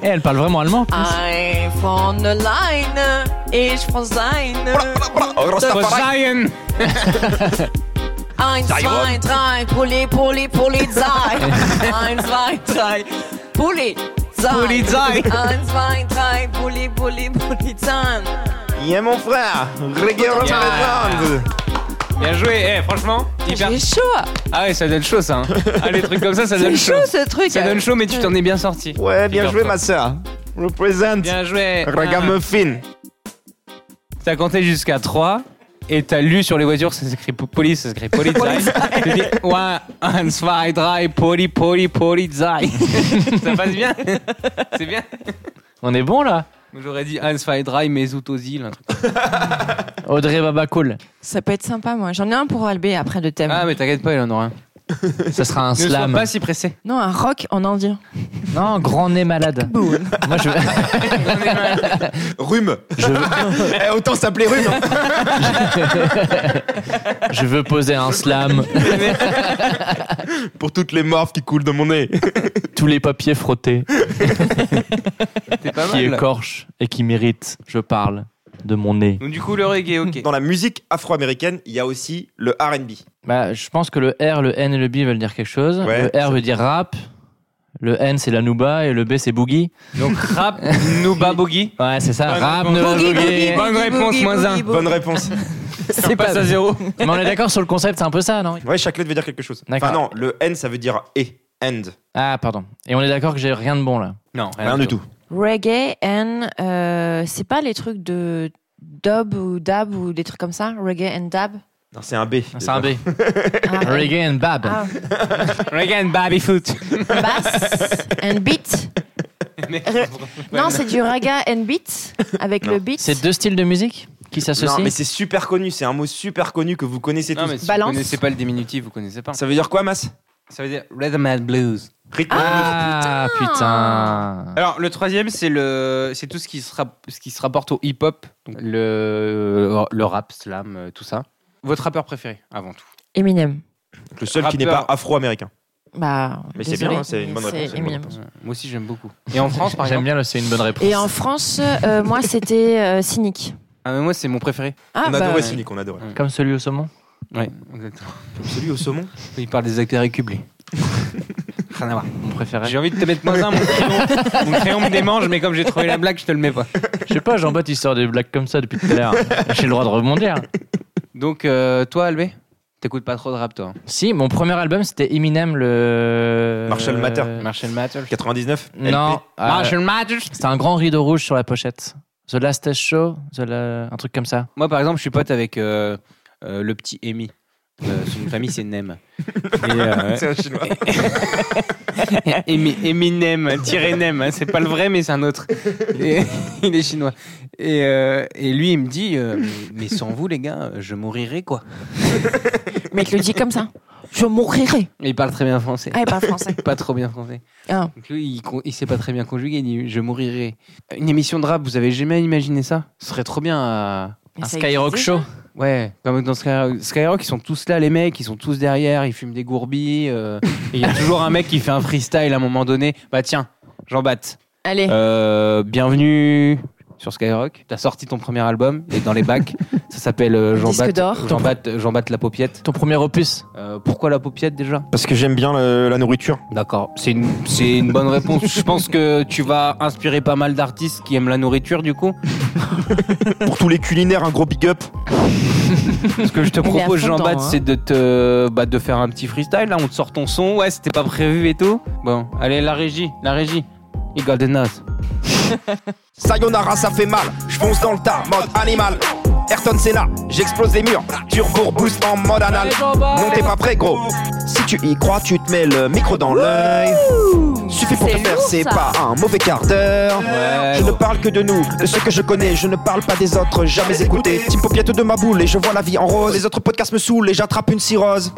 A: Eh, elle parle vraiment allemand. en plus.
B: Ein von alleine, ich von seine.
C: Rastafari.
B: Eins, zwei, drei, Pulli, Pulli, Polizei. (laughs) Eins, zwei, drei, Pulli.
C: Polizei.
B: Eins, zwei, drei, Pulli, Pulli, Polizei.
D: Il y a mon frère Reggae
B: Yeah.
D: Underground.
C: Bien joué, Eh, franchement. Hyper...
B: J'ai chaud.
C: Ah ouais, ça donne chaud ça. hein. (laughs) Ah, les trucs comme ça, ça
B: C'est
C: donne
B: chaud
C: chaud.
B: Ah, ce truc. euh,
C: Ça donne chaud, mais tu t'en es bien sorti.
D: Ouais, bien
C: Hyper
D: joué
C: fort.
D: ma sœur. Represent
C: Bien joué. Ah.
D: Ragamuffin.
C: T'as compté jusqu'à 3 et t'as lu sur les voitures, ça s'écrit po- police, ça s'écrit polizei. Tu dis 1, 1, 2, 3, poli, poli, polizei. (laughs) ça passe bien C'est bien
A: On est bon, là
C: J'aurais dit 1, 2, 3, mes autosil. un truc.
A: Audrey Baba Cool.
B: Ça peut être sympa, moi. J'en ai un pour Albé après de thème.
C: Ah, mais t'inquiète pas, il en aura un.
A: Ça sera un
C: Ne sois
A: slam.
C: pas si pressé.
B: Non, un rock en indien.
A: Non, grand nez malade. Moi, je,
D: Rhume.
A: je,
D: Eh, autant s'appeler Rhume.
A: je veux poser un slam.
D: (laughs) Pour toutes les morphes qui coulent de mon nez.
A: Tous les papiers frottés
C: T'es pas
A: qui
C: mal.
A: écorchent et qui méritent, je parle, de mon nez.
C: Donc du coup, le reggae, ok.
D: Dans la musique afro-américaine, il y a aussi le R&B.
A: Bah, je pense que le R, le N et le B veulent dire quelque chose.
D: Ouais.
A: le R veut dire rap. Le N, c'est la Nuba et le B, c'est Boogie.
C: Donc rap, Nuba Boogie.
A: Ouais, c'est ça.
C: Bonne
A: rap,
C: réponse.
A: Nuba,
C: Boogie,
A: Boogie.
C: boogie, Bonne réponse, moins un.
B: boogie.
D: Bonne réponse.
C: C'est passe à zéro.
A: Mais on est d'accord sur le concept, c'est un peu ça, non
D: Ouais, chaque lettre veut dire quelque chose.
A: D'accord.
D: Enfin non, le N ça veut dire E. et, and.
A: Ah, pardon. Et on est d'accord que j'ai rien de bon là.
C: Non, E.
D: Rien du tout.
B: Reggae and. euh, c'est pas les trucs de dub ou dab ou des trucs comme ça Reggae and dab
D: Non, c'est un B.
A: C'est un B. (laughs)
B: Ah,
A: Reggae and Bab.
B: ah,
C: Reggae and baby foot.
B: Bass and beat Non, c'est du raga and beat avec
D: Non.
B: le beat.
A: C'est deux styles de musique qui
D: Non,
A: s'associent.
D: mais c'est super connu, c'est un mot super connu que vous connaissez tous.
C: Non, mais si vous
B: Balance.
C: connaissez pas le diminutif, vous connaissez pas.
D: Ça veut dire quoi, Mas
C: Ça veut dire Rhythm and Blues.
D: Rythme.
A: Ah, putain.
C: Alors le troisième c'est le c'est tout ce qui se rap- ce qui se rapporte au hip hop donc le le rap slam euh, tout ça. Votre rappeur préféré avant tout.
B: Eminem.
D: Le seul qui n'est pas
C: Rappeur.
D: afro-américain.
B: Bah,
D: Mais c'est
B: désolé,
D: bien, hein, c'est une bonne
B: mais
D: réponse,
B: c'est
D: c'est une bonne
B: Eminem.
C: Euh, moi aussi j'aime beaucoup. Et en France par
A: J'aime
C: exemple.
A: bien le c'est une bonne réponse.
B: Et en France, euh, moi, c'était euh, Cynique.
C: Ah mais moi c'est mon préféré.
B: Ah,
D: on
B: bah,
D: adorait Cynic, on adorait.
A: Comme celui au saumon
C: Ouais exactement.
D: Celui au saumon
C: Il parle des acteurs récublés. (laughs) Rien à voir.
A: Mon préféré.
C: J'ai envie de te mettre moins un mon crayon. (laughs) Mon crayon me démange mais comme j'ai trouvé la blague je te le mets pas.
A: Je sais pas, Jean-Baptiste sort des blagues comme ça depuis tout à l'heure. J'ai le droit de rebondir.
C: Donc euh, toi Albé t'écoutes pas trop de rap toi. hein.
A: Si, mon premier album c'était Eminem le.
D: Marshall Matter.
A: Euh,
C: Marshall Mathers.
D: 99
A: Non,
D: LP.
A: euh,
C: Marshall Mathers.
A: c'était un grand rideau rouge sur la pochette. The Last Test Show, the la- un truc comme ça.
C: Moi, par exemple, je suis pote avec euh, euh, le petit Amy. Euh, son famille, c'est Nem. Et, euh,
D: C'est un chinois.
C: (laughs) Amy, Amy Nem, tiré Nem. hein, C'est pas le vrai, mais c'est un autre. Et- (laughs) il est chinois. Et, euh, et lui, il me dit euh, Mais sans vous, les gars, je mourirai, quoi.
B: Mais il le dit comme ça. Je mourirai.
C: Et il parle très bien français.
B: Ah, et pas
C: (laughs)
B: français.
C: Pas trop bien français.
B: Ah.
C: Donc lui, il, con- il sait pas très bien conjuguer. Il dit Je mourirai. Une émission de rap, vous avez jamais imaginé ça Ce serait trop bien à.
B: Mais
A: Un
B: ça
A: Skyrock
B: existe déjà.
A: Show.
C: Ouais, comme dans Skyrock, Skyrock, ils sont tous là, les mecs, ils sont tous derrière, ils fument des gourbis. euh, et il y a toujours un mec qui fait un freestyle à un moment donné. Bah tiens, jean bapt
B: Allez.
C: euh, bienvenue sur Skyrock. T'as sorti ton premier album, il est dans les
B: (laughs)
C: bacs. Ça s'appelle euh, jean
B: Disque d'or.
C: bapt jean bapt jean bapt la paupiette.
A: Ton premier opus.
C: Euh, pourquoi la paupiette déjà
D: Parce que j'aime bien le- la nourriture.
C: D'accord, c'est une, c'est une bonne réponse. Je pense que tu vas inspirer pas mal d'artistes qui aiment la nourriture du coup.
D: Pour tous les culinaires, un gros big up.
C: Ce que je te
B: Il est à
C: propose,
B: fond dedans,
C: Jean-Baptiste,
B: hein.
C: c'est de te bah, de faire un petit freestyle. Là, on te sort ton son. Ouais, c'était pas prévu et tout. Bon, allez, la régie, la régie. Il got the nut.
D: Sayonara, ça fait mal. Je fonce dans le tas, mode animal. Ayrton Senna, j'explose les murs. Turbo boost en mode anal. Non, t'es pas prêt, gros. Si tu y crois, tu te mets le micro dans l'œil. Suffit pour te faire, c'est pas un mauvais quart d'heure. Je ne parle que de nous, de ce que je connais. Je ne parle pas des autres, jamais écouté. Team Popiette de ma boule et je vois la vie en rose. Les autres podcasts me saoulent et j'attrape une cirrhose.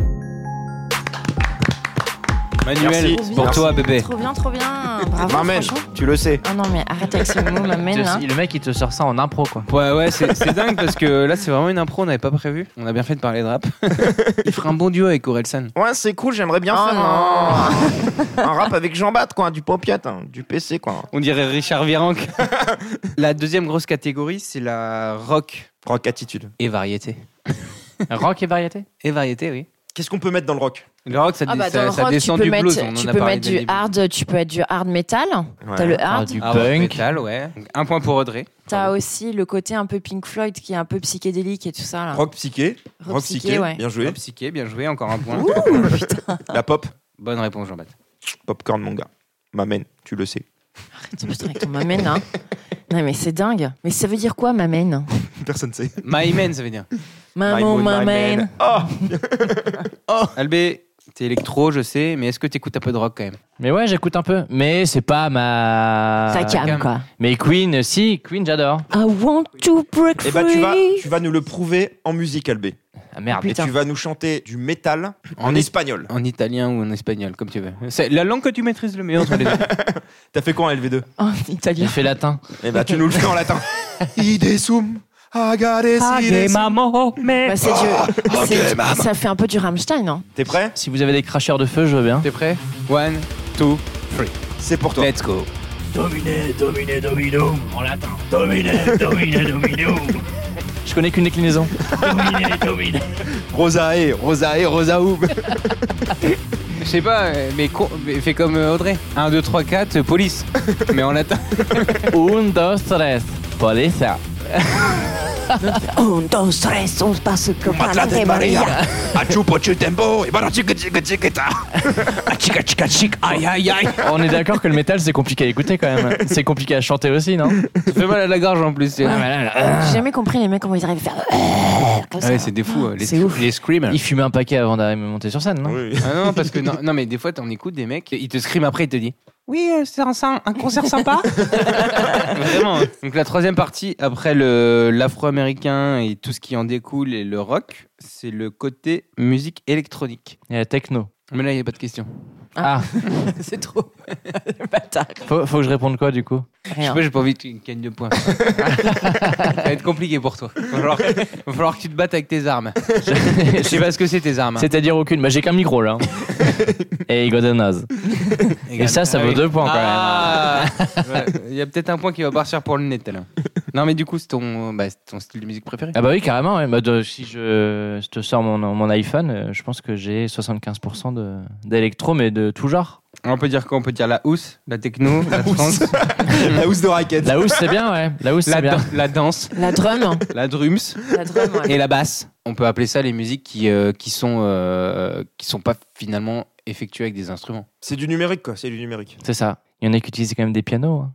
C: Manuel,
D: Merci.
C: pour
D: Merci.
C: toi, bébé.
B: Trop bien, trop bien. Bravo.
D: M'amène,
B: franchement.
D: tu le sais.
B: Ah non, mais arrête avec ces mots, m'amène là.
A: Le mec, il te sort ça en impro, quoi.
C: Ouais, ouais, c'est c'est dingue parce que là, c'est vraiment une impro, on n'avait pas prévu. On a bien fait de parler de (laughs) rap. Il ferait un bon duo avec Orelsan.
D: Ouais, c'est cool, j'aimerais
B: Oh
D: bien faire un... (laughs) un rap avec Jean Bat, quoi, du Popiette, hein, du PC, quoi.
C: On dirait Richard Virenque. (laughs) la deuxième grosse catégorie, c'est la rock.
D: Rock attitude.
C: Et (laughs) variété.
A: rock et variété
C: Et variété, oui.
D: Qu'est-ce qu'on peut mettre dans le rock
C: Le rock, ça,
B: Ah
C: dé-
B: bah
C: ça-
B: dans le
C: ça
B: rock, tu
C: descend
B: peux
C: du
B: mettre,
C: blues. on
B: tu
C: en a
B: peux
C: parlé
B: mettre
C: dès le
B: du
C: début.
B: hard, tu peux être du hard metal. T'as
C: Ouais.
B: le hard.
A: du
C: Ah, rock
A: punk.
C: metal, ouais. Un point pour Audrey.
B: T'as aussi le côté un peu Pink Floyd qui est un peu psychédélique et tout ça là.
D: Rock psyché.
B: Ah. Rock Rock psyché, psyché, ouais. bien
D: joué.
C: Rock psyché, bien joué, encore un point.
D: La pop.
C: Bonne réponse, Jean-Baptiste.
D: Popcorn, mon gars. M'amène, tu
B: (laughs)
D: le sais.
B: Arrête, putain, avec ton mamène là. hein. Non mais c'est dingue. Mais ça veut dire quoi mamène
D: Personne sait.
C: My man, ça
B: (laughs)
C: veut dire.
B: Maman
C: My man.
B: mamène.
C: Albé, t'es électro, je sais, mais est-ce que t'écoutes un peu de rock quand même
A: Mais ouais, j'écoute un peu. Mais c'est pas ma.
B: Ta cam, quoi.
A: Mais Queen, si, Queen, j'adore.
B: I want to break
D: Eh
B: free.
D: ben, tu vas, tu vas nous le prouver en musique, Albé.
A: Ah merde,
D: Et tu vas nous chanter du métal en
B: Ah,
C: En i-
D: espagnol.
C: En italien ou en espagnol, comme tu veux. C'est la langue que tu maîtrises le mieux entre les deux.
D: T'as fait quoi en LV2
B: En
A: il
B: italien.
A: fait latin.
D: Eh ben, tu nous le fais
B: (laughs)
D: en latin. Idesum, agades, idesum.
A: oh,
B: Bah, c'est du-
D: Ah, ok,
B: c'est du-
D: maman.
B: ça fait un peu du Rammstein, non
D: T'es prêt
A: Si vous avez des cracheurs de feu, je veux bien.
C: T'es prêt One, two,
D: C'est pour toi.
C: let's go.
A: Je connais qu'une déclinaison.
D: Rosae, Rosae, Rosaoum.
C: Je sais pas, euh, mais, co- mais fais comme euh, Audrey. 1, 2, 3, 4, euh, police. mais en
D: (laughs)
C: latin.
A: Un, dos, tres. Police.
B: Un, dos, tres, on se passe comme
D: Matla de Maria. Ah, A chupo chutembo. Et bara chica chica chica ta. A chica chica chica.
C: Aïe, aïe, aïe.
A: On est d'accord que le métal, c'est compliqué à écouter quand même. C'est compliqué à chanter aussi, non Ah,
C: Ça fait mal à la gorge en plus. tu
B: Ah,
C: vois.
B: J'ai jamais compris les mecs comment ils arrivent à faire. euh, comme
C: Ah
B: ça.
C: ouais, c'est des fous, euh, les,
B: C'est ouf.
C: les screamers.
A: Il fumait un paquet avant d'arriver monter sur scène, non
D: Oui.
C: Ah non, parce que non, non, mais des fois, t'en écoutes des mecs, ils te screament après, ils te disent Oui, euh, c'est un, c'est un- un concert sympa. (laughs) Vraiment. hein. Donc, la troisième partie, après le- l'afro-américain et tout ce qui en découle et le rock, c'est le côté musique électronique.
A: Il y a la Eh, techno.
C: Mais là, il n'y a pas de question.
A: Ah,
B: C'est trop. Bâtard.
A: faut, faut que je réponde quoi du coup
C: Je sais
B: Rien.
C: pas, j'ai pas envie que tu gagnes
A: (laughs)
C: de points. Ça va être compliqué pour toi. Il va falloir, va falloir que tu te battes avec tes armes. Je sais pas ce que c'est tes
A: (laughs)
C: armes. hein,
A: C'est-à-dire aucune. Bah, j'ai qu'un micro là. Et il got a nose. Et ça, ça
C: Ah
A: vaut
C: oui.
A: deux points quand
C: Ah Ouais, Il y a peut-être un point qui va partir pour le nez tout à l'heure. Non, mais du coup, c'est ton, bah, c'est ton style de musique préféré.
A: Ah bah oui, carrément. ouais. Bah, de- si je je te sors mon, mon iPhone, euh, je pense que j'ai 75% de- d'électro, mais de tout genre.
C: On peut dire quoi On peut dire la housse, la (laughs) techno, la trance,
D: La housse de raquette.
A: La house, c'est bien, ouais. La house,
C: (laughs) la,
A: c'est bien.
C: dan- la danse,
B: La drum. hein.
C: la drums
B: La drum, ouais.
C: (laughs) et la basse. On peut appeler ça les musiques qui, euh, qui, sont, euh, qui sont pas finalement effectuées avec des instruments.
D: C'est du numérique, quoi. C'est du numérique.
A: C'est ça. Il y en a qui utilisent quand même des pianos. hein.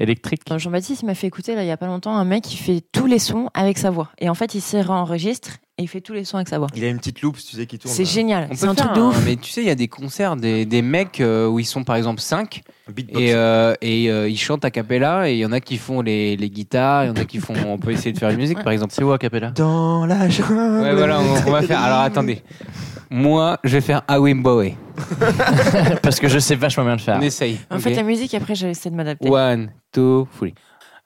A: Électriques.
B: Enfin, Jean-Baptiste il m'a fait écouter là il y a pas longtemps un mec qui fait tous les sons avec sa voix. Et en fait, il se réenregistre et il fait tous les sons avec sa voix.
D: Il a une petite loupe, tu sais, qui tourne. euh, hein.
B: C'est
D: là.
B: génial.
C: On
B: C'est
C: peut
B: un
C: faire
B: truc de
C: un-
B: ouf.
C: Mais tu sais, il y a des concerts des, des mecs euh, où ils sont par exemple 5
D: Beatbox.
C: et, euh, et euh, ils chantent à cappella et il y en a qui font les, les guitares, il y en a qui font. On peut essayer de faire une musique par exemple.
A: C'est où a cappella
D: Dans la jungle.
C: Ouais, voilà, on, on va faire. Alors attendez. Moi, je vais faire Awim Bowie.
A: (laughs) Parce que je sais vachement bien le faire.
C: On essaye.
B: En
C: ok
B: fait, la musique, après, j'ai essayé de m'adapter.
C: One, two, three.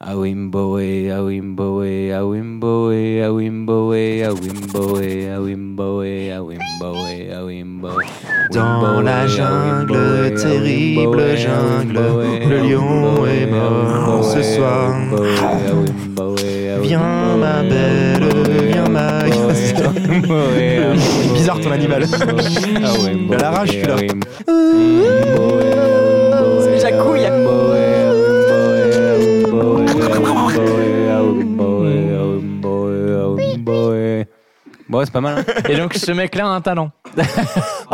C: Awim Bowie, Awim Bowie, Awim Bowie, Awim Bowie, Awim Bowie, Awim Bowie, Awim Bowie, Awim Bowie.
K: Dans la jungle, terrible jungle, le lion est mort ce soir. Viens ma belle, viens ma grosse. (laughs)
D: Bizarre, ton animal.
C: T'as
D: la rage, celui-là.
C: C'est
B: Jacouille.
C: Bon, c'est pas mal. hein.
A: hein. Et donc, ce mec-là a un talent. (laughs)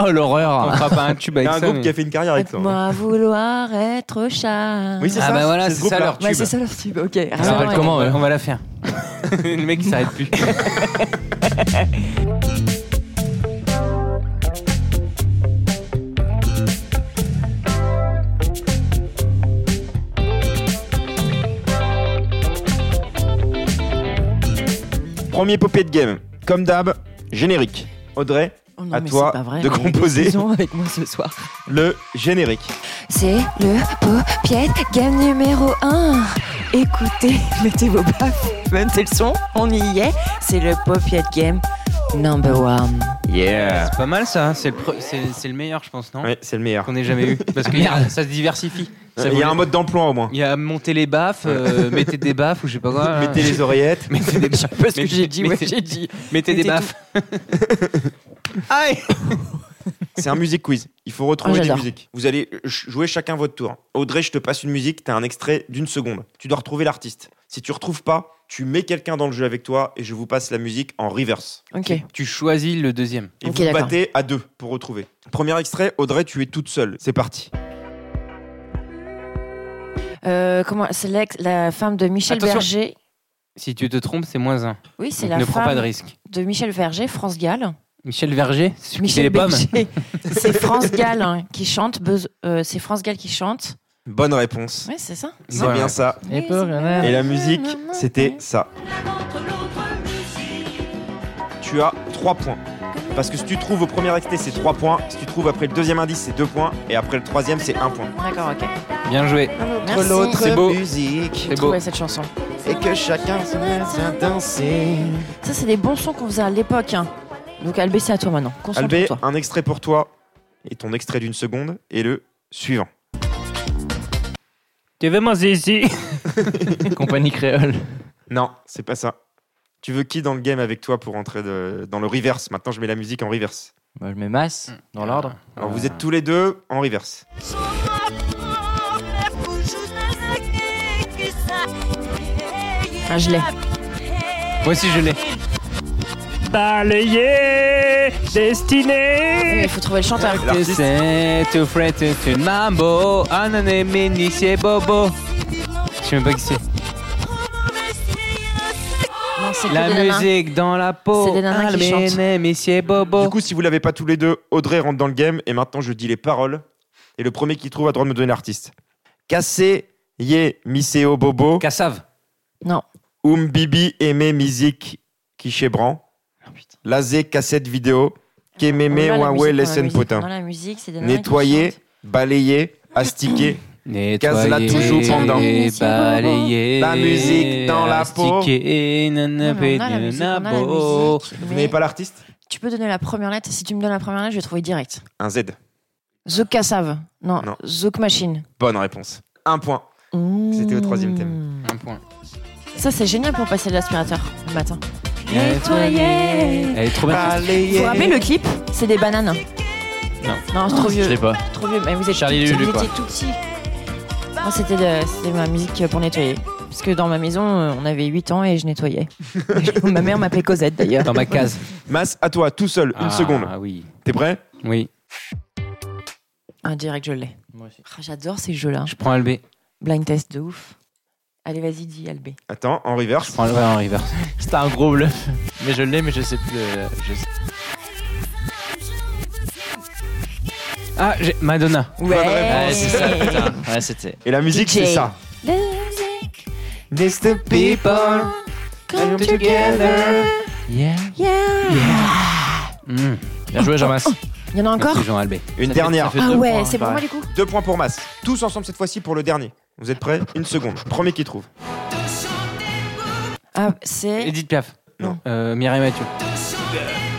A: Oh l'horreur On fera pas un tube avec
D: Il y a un
A: ça,
D: groupe
A: mais-
D: qui a fait une carrière avec ça.
B: Moi à vouloir être chat.
D: Oui, c'est Ah ça, bah voilà, c'est ce c'est ça groupe-là. leur
B: Ouais,
D: tube.
B: c'est ça leur tube, ok.
A: Ça s'appelle comment
C: On va la faire.
A: Le mec il s'arrête plus.
D: Premier popé de game. Comme d'hab, générique. Audrey,
B: Oh non,
D: à
B: mais
D: toi
B: c'est pas vrai,
D: de
B: mais
D: composer
B: disons avec moi ce soir.
D: le générique.
B: C'est le Popiette Game numéro 1. Écoutez, (laughs) mettez vos baffes, mettez le son, on y est. C'est le Popiette Game number 1.
C: Yeah. C'est pas mal ça. hein. C'est le, pre- c'est- c'est le meilleur, je pense, non
D: Ouais, c'est le meilleur.
C: Qu'on ait jamais eu. Parce que y a- ça se diversifie. Ça
D: Il y a
C: voulait-
D: un mode d'emploi au moins.
C: Il y a monter les baffes, euh, mettez des baffes ou je sais pas quoi. hein. (laughs)
D: Mettez les oreillettes.
C: Mettez des baffes.
B: ce que j'ai dit, ouais, j'ai dit.
C: Mettez des
B: Mettez
C: baffes. Aïe
D: C'est un musique quiz. Il faut retrouver
B: Oh,
D: des
B: j'adore.
D: musiques. Vous allez euh, ch- jouer chacun votre tour. Audrey, je te passe une musique, t'as un extrait d'une seconde. Tu dois retrouver l'artiste. Si tu retrouves pas, tu mets quelqu'un dans le jeu avec toi et je vous passe la musique en reverse.
B: Ok.
C: Tu choisis le deuxième.
D: Et
B: Ok,
D: vous
B: d'accord.
D: battez à deux pour retrouver. Premier extrait, Audrey, tu es toute seule. C'est parti.
B: Euh, comment C'est l'ex- la femme de Michel
C: Attention.
B: Berger.
C: Si tu te trompes, c'est moins un.
B: Oui, c'est
C: Donc
B: la
C: ne prends
B: femme
C: pas de risque.
B: de Michel Berger, France Gall.
C: Michel Verger, c'est celui qui
B: Michel
C: fait les pommes. (laughs)
B: Berger. c'est France Gall hein, qui chante. Buzz- euh, c'est France Gall qui chante.
D: Bonne réponse.
B: Oui, c'est ça.
D: C'est
C: Voilà.
D: bien ça.
A: Et pour-
D: Et la musique, c'était ça. Tu as 3 points. Parce que si tu trouves au premier extrait, c'est 3 points. Si tu trouves après le deuxième indice, c'est 2 points. Et après le troisième, c'est 1 point.
B: D'accord, ok.
C: Bien joué.
B: Merci.
C: C'est beau.
D: musique
C: C'est beau.
B: Trouver cette chanson.
D: et que chacun se mette à danser.
B: Ça, c'est des bons sons qu'on faisait à l'époque. hein. Donc, Albé, c'est à toi maintenant.
D: Albé,
B: Concentre-toi.
D: un extrait pour toi et ton extrait d'une seconde et le suivant.
C: Tu veux manger ici
A: Compagnie
C: (laughs)
A: créole.
D: Non, c'est pas ça. Tu veux qui dans le game avec toi pour entrer de- dans le reverse Maintenant, je mets la musique en reverse.
A: Bah, je mets masse
B: Mm.
A: dans l'ordre.
D: Alors, vous êtes tous les deux en reverse.
B: Ah, je l'ai.
C: Moi aussi, je l'ai.
J: Balayé, destiné.
B: Il faut trouver le chanteur.
C: Tu
D: L'artiste,
C: sais, tu ferais tu tu mambo, anané, mini, c'est bobo. Je sais même pas qui c'est.
B: Non, c'est que
C: La
B: des nanas.
C: musique dans la
B: C'est
C: peau,
B: des nanas qui chantent.
C: anané, mini, c'est
D: Du
B: Oh.
C: bobo.
D: coup, si vous l'avez pas tous les deux, Audrey rentre dans le game et maintenant je dis les paroles. Et le premier qui trouve a droit de me donner l'artiste. Cassé, yé, miseo bobo,
C: Cassave.
B: Non.
D: um bibi aimé musique qui chébran,
B: Ah,
D: lazé cassette vidéo, kememe
B: Voilà, Ah, la musique,
D: wawe
B: voilà, la
D: lesen
B: musique,
D: potin,
B: voilà, la musique, c'est des nanas qui
D: nettoyer,
B: chantent.
D: balayer,
B: (coughs)
D: astiquer,
C: Nettoyer,
D: Casse-la toujours pendant.
C: Balayer,
D: La musique dans la peau.
C: astiquer,
B: Non, mais
C: nanapé,
B: on a la musique, on a la
C: nanabo.
B: musique,
D: vous
B: mais
D: n'avez pas l'artiste
B: Tu peux donner la première lettre. Si tu me donnes la première lettre, je vais trouver direct.
D: Un Z.
B: The Cassav. Non,
D: Non.
B: Zouk Machine.
D: Bonne réponse. Un point. C'était au troisième thème.
C: Un point.
B: Mmh. Ça, c'est génial pour passer de l'aspirateur le matin.
C: Elle est trop bien.
B: Vous vous rappelez le clip C'est des bananes.
A: Non.
B: Non, c'est trop
A: Je
B: vieux.
A: l'ai pas.
B: Trop vieux. Mais vous êtes
A: Charlie
B: tout petit,
A: Lulu,
B: vous
A: quoi.
B: étiez tout petit. Moi, c'était de- c'était ma musique pour nettoyer. Parce que dans ma maison, euh, on avait 8 ans et je nettoyais. (laughs) ma mère m'appelait Cosette d'ailleurs.
C: Dans ma case.
D: Mas, à toi, tout seul, une
C: Ah,
D: seconde.
C: Ah oui.
D: T'es prêt
C: Oui.
B: Ah, direct, je l'ai.
A: Moi aussi.
B: Ah, J'adore ces jeux-là.
C: Je prends LB.
B: Blind test de ouf. Allez, vas-y, dis Albé.
D: Attends, en reverse.
C: Je prends LB en reverse.
A: (laughs) C'était un gros bluff. Mais je l'ai, mais je sais plus. le- je sais-
C: Ah, j'ai Madonna.
B: Ouais,
A: Ouais, c'est
B: (laughs)
A: ça, putain. Ouais, c'était.
D: Et la musique,
B: DJ.
D: c'est ça. This the
C: People
B: Come together.
C: Yeah. Mmh.
A: Bien joué, Jean-Mas.
B: Il y en a Oh, encore
C: Merci Jean Albé.
D: Une
A: Ça fait-
D: dernière.
A: ça fait
B: Ah
A: deux
B: ouais,
A: points, hein.
B: c'est pour
A: pareil.
B: moi du coup.
D: Deux points pour Mas. Tous ensemble cette fois-ci pour le dernier. Vous êtes prêts Une seconde. Premier qui trouve.
B: Ah, c'est.
C: Edith Piaf.
D: Non.
C: Euh, Mireille Mathieu.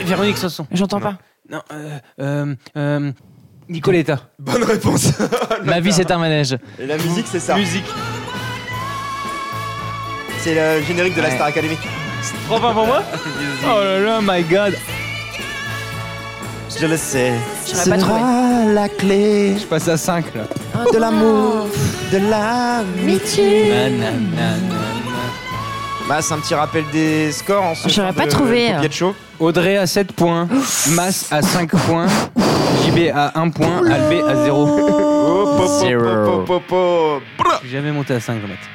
C: Véronique Sanson.
B: J'entends
D: Non.
B: pas.
C: Non. Euh, euh, euh, Nicoletta.
B: Ah,
D: Bonne réponse.
A: Ma vie, c'est un manège.
D: Et la musique, c'est ça. Musique. C'est le générique de la
C: Ouais.
D: Star Academy.
C: Trop pas pour
A: (laughs)
C: moi Oh là là, my god.
D: Je le sais.
B: J'aurais pas trouvé.
D: la clé
C: Je passe à 5 là.
B: Ah, non.
D: de l'amitié.
C: Nanana.
D: Mass, un petit rappel des scores en ce
B: J'aurais
D: fin
B: pas
D: de-
B: trouvé.
D: de Popiat Show.
C: Audrey à 7 points, Mass à 5 points, JB à 1 point, Albé à 0.
D: Zero.
C: Je suis jamais monté à 5, je vais mettre.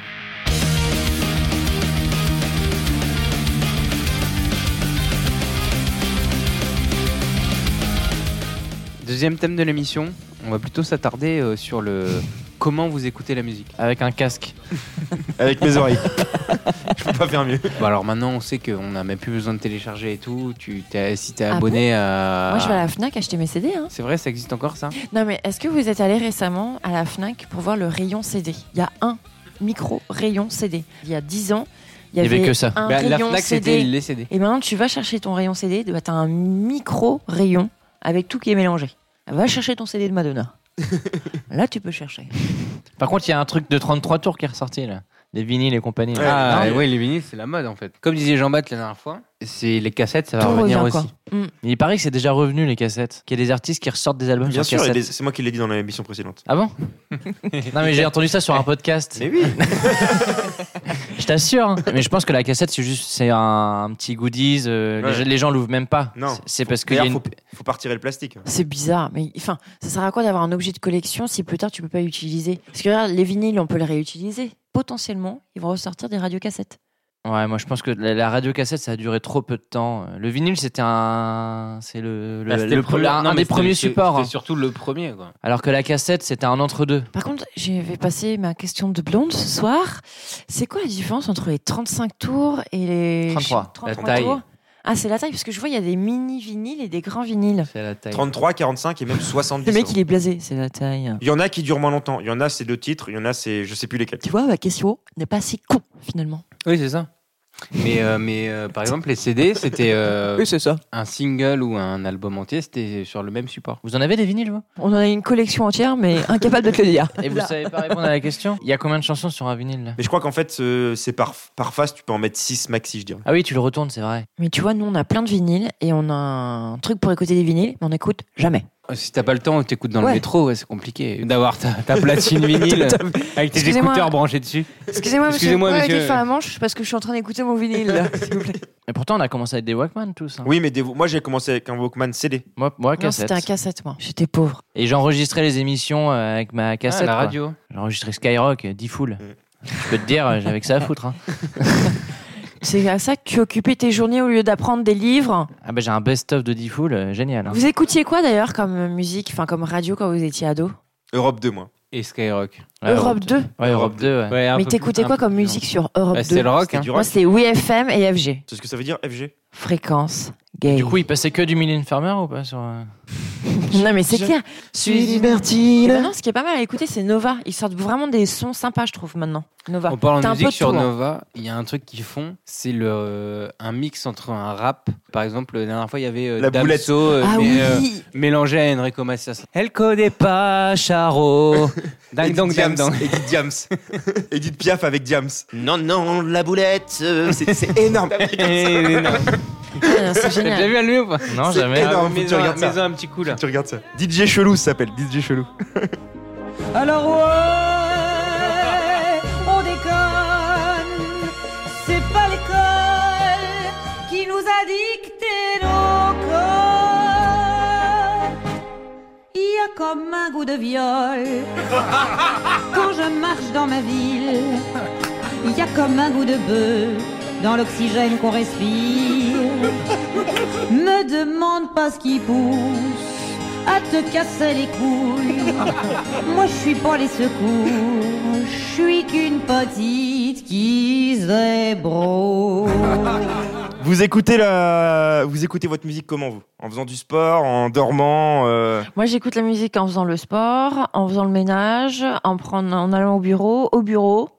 C: Deuxième thème de l'émission, on va plutôt s'attarder euh, sur le comment vous écoutez la musique.
A: Avec un casque.
D: Avec mes oreilles. (laughs) Je peux pas faire mieux.
C: Bon, Bah, alors maintenant, on sait qu'on n'a même plus besoin de télécharger et tout. Tu, t'es- si t'es
B: Ah
C: abonné
B: bon
C: à.
B: Moi, je vais à la Fnac acheter mes CD. Hein.
C: C'est vrai, ça existe encore ça
B: Non, mais est-ce que vous êtes allé récemment à la Fnac pour voir le rayon CD Il y a un micro rayon CD. Il y a 10 ans, il y
C: Il y
B: avait,
C: avait que ça.
B: Un
C: Bah, la
B: rayon
C: Fnac, c'était
B: CD.
C: les CD.
B: Et maintenant, tu vas chercher ton rayon CD, bah, t'as un micro rayon avec tout qui est mélangé. Va chercher ton CD de
C: (laughs)
B: Madonna. Là, tu peux chercher.
A: Par contre, il y a un truc de 33 tours qui est ressorti là. Les vinyles et compagnie.
C: Ah,
A: Non,
C: ouais, les vinyles, c'est la mode en fait. Comme disait Jean-Baptiste la dernière fois, c'est les cassettes, ça va
A: Tout
C: revenir
A: revient,
C: aussi.
A: quoi. Il paraît que c'est déjà revenu les cassettes. Qu'il y a des artistes qui ressortent des albums
D: Bien
A: sur
D: sûr,
A: cassette.
D: et les- c'est moi qui l'ai dit dans l'émission précédente.
A: Ah
D: (laughs)
A: bon Non mais j'ai entendu ça sur un podcast. Mais oui. (laughs) je t'assure. hein. Mais je pense que la cassette c'est juste c'est un, un petit goodies. euh, les
D: Ouais.
A: gens- les, gens l'ouvrent même pas.
D: Non.
A: C'est- C'est parce qu'il y a
D: D'ailleurs,
A: une...
D: faut, faut pas retirer le plastique.
B: C'est bizarre, mais enfin, ça sert à quoi d'avoir un objet de collection si plus tard tu peux pas l'utiliser Parce que regarde, les vinyles, on peut les réutiliser. Potentiellement, ils vont ressortir des radiocassettes.
A: Ouais, moi je pense que la, la radio cassette ça a duré trop peu de temps. Le vinyle c'était un c'est le, le-
C: Bah, c'était
A: le-
C: le premier-
A: un,
C: non,
A: un
C: mais
A: des
C: c'était-
A: premiers
C: c'était-
A: supports. hein.
C: c'était surtout le premier, quoi.
A: Alors que la cassette c'était un entre deux.
B: Par contre, j'avais passé ma question de blonde ce soir. C'est quoi la différence entre les 35 tours et les
A: 33, la taille.
B: tours Ah, c'est la taille, parce que je vois, il y a des mini vinyles et des grands vinyles.
A: C'est la taille.
D: 33, 45 et même 70.
B: Le mec, il est blasé, c'est la taille.
D: Il y en a qui durent moins longtemps. Il y en a, c'est deux titres. Il y en a, c'est je sais plus lesquels.
B: Tu vois, ma question n'est pas si con, finalement.
C: Oui, c'est ça. Mais, euh, mais euh, par exemple, les CD, c'était. euh,
B: Oui, c'est ça.
C: Un single ou un album entier, c'était sur le même support.
A: Vous en avez des vinyles, vous
B: On en a une collection entière, (laughs) mais incapable de te le dire.
A: Et vous savez pas répondre à la question Il y a combien de chansons sur un vinyle là
D: Mais je crois qu'en fait, euh, c'est par, par face, tu peux en mettre 6 maxi, je dirais.
A: Ah oui, tu le retournes, c'est vrai.
B: Mais tu vois, nous, on a plein de vinyles et on a un truc pour écouter des vinyles, mais on écoute jamais.
C: Ah, Si t'as pas le temps, t'écoutes dans
B: Ouais.
C: le métro, ouais, c'est compliqué. D'avoir ta, ta (laughs) platine vinyle avec tes
B: Excusez-moi.
C: écouteurs branchés dessus.
B: Excusez-moi, monsieur.
C: Excusez-moi,
B: Vous pouvez
C: monsieur.
B: arrêter de faire la manche parce que je suis en train d'écouter mon
A: (laughs)
B: vinyle, là, s'il vous plaît.
A: Mais pourtant, on a commencé avec des Walkman tous. hein.
D: Oui, mais des- moi, j'ai commencé avec un Walkman CD.
A: Moi, moi
B: Non,
A: cassette.
B: c'était un cassette, moi. J'étais pauvre.
A: Et j'enregistrais les émissions euh, avec ma cassette.
C: Ah, la
A: quoi.
C: radio. Mm.
A: J'enregistrais Skyrock, 10 foules. Je peux te dire, euh, j'avais que ça à foutre. hein.
B: C'est à ça que tu occupais tes journées au lieu d'apprendre des livres.
A: Ah bah j'ai un best-of de 10 foules, euh, génial. hein.
B: Vous écoutiez quoi d'ailleurs comme musique, enfin comme radio quand vous étiez ado
D: Europe 2, moi.
C: Et Skyrock.
A: Ouais,
B: Europe 2.
A: Ouais, Europe 2. ouais.
C: Ouais, Euh, un
B: Mais
C: peu
B: t'écoutais
C: plus-
B: quoi
C: un peu
B: comme
C: plus
B: musique
C: long.
B: sur Europe
C: Bah,
B: 2
C: C'était le rock.
D: C'était
C: hein.
D: du
B: Moi,
D: rock.
B: c'est WFM et FG.
D: C'est ce que ça veut dire, FG
B: Fréquence gay.
A: Du coup, il passait que du Million Farmer ou pas sur... euh,
B: non, mais c'est clair.
K: suis
B: Et
K: libertine.
B: maintenant, ce qui est pas mal à écouter, c'est Nova. Ils sortent vraiment des sons sympas, je trouve, maintenant. Nova.
C: On parle
B: T'as
C: en
B: un peu
C: musique
B: de
C: sur
B: tout, hein.
C: Nova. Il y a un truc qu'ils font, c'est le euh, un mix entre un rap. Par exemple, la dernière fois, il y avait euh,
D: La boulette.
C: Damso, euh,
B: Ah
C: mais,
B: oui.
C: euh, mélangé à Enrico Macias. El connaît pas (laughs) Charo. Dang
D: Edith
C: dong dang (laughs)
D: Diams.
C: dang.
D: Edith Diams. (laughs) Edith Piaf avec Diams. Non, non, la boulette, euh, (laughs) c'est c'est énorme.
C: Eh,
B: Ah,
C: (laughs)
B: C'est
C: T'as
B: génial.
C: déjà vu allumer ou pas
A: Non,
D: C'est
A: jamais.
D: énorme, faut que tu
C: Mets-en
D: regardes ça.
C: mets-en un petit coup là.
D: Tu regardes ça. DJ Chelou ça s'appelle, DJ Chelou.
L: Alors ouais, on déconne, c'est pas l'école qui nous a dicté nos codes. Il y a comme un goût de viol quand je marche dans ma ville. Il y a comme un goût de bœuf dans l'oxygène qu'on respire. Me demande pas ce qui pousse à te casser les couilles. Moi, je suis pas les secours, je suis qu'une petite qui zébro.
D: Vous écoutez la, vous écoutez votre musique comment vous En faisant du sport, en dormant. euh,
B: Moi, j'écoute la musique en faisant le sport, en faisant le ménage, en, prenant, en allant au bureau, au
C: (laughs)
B: bureau,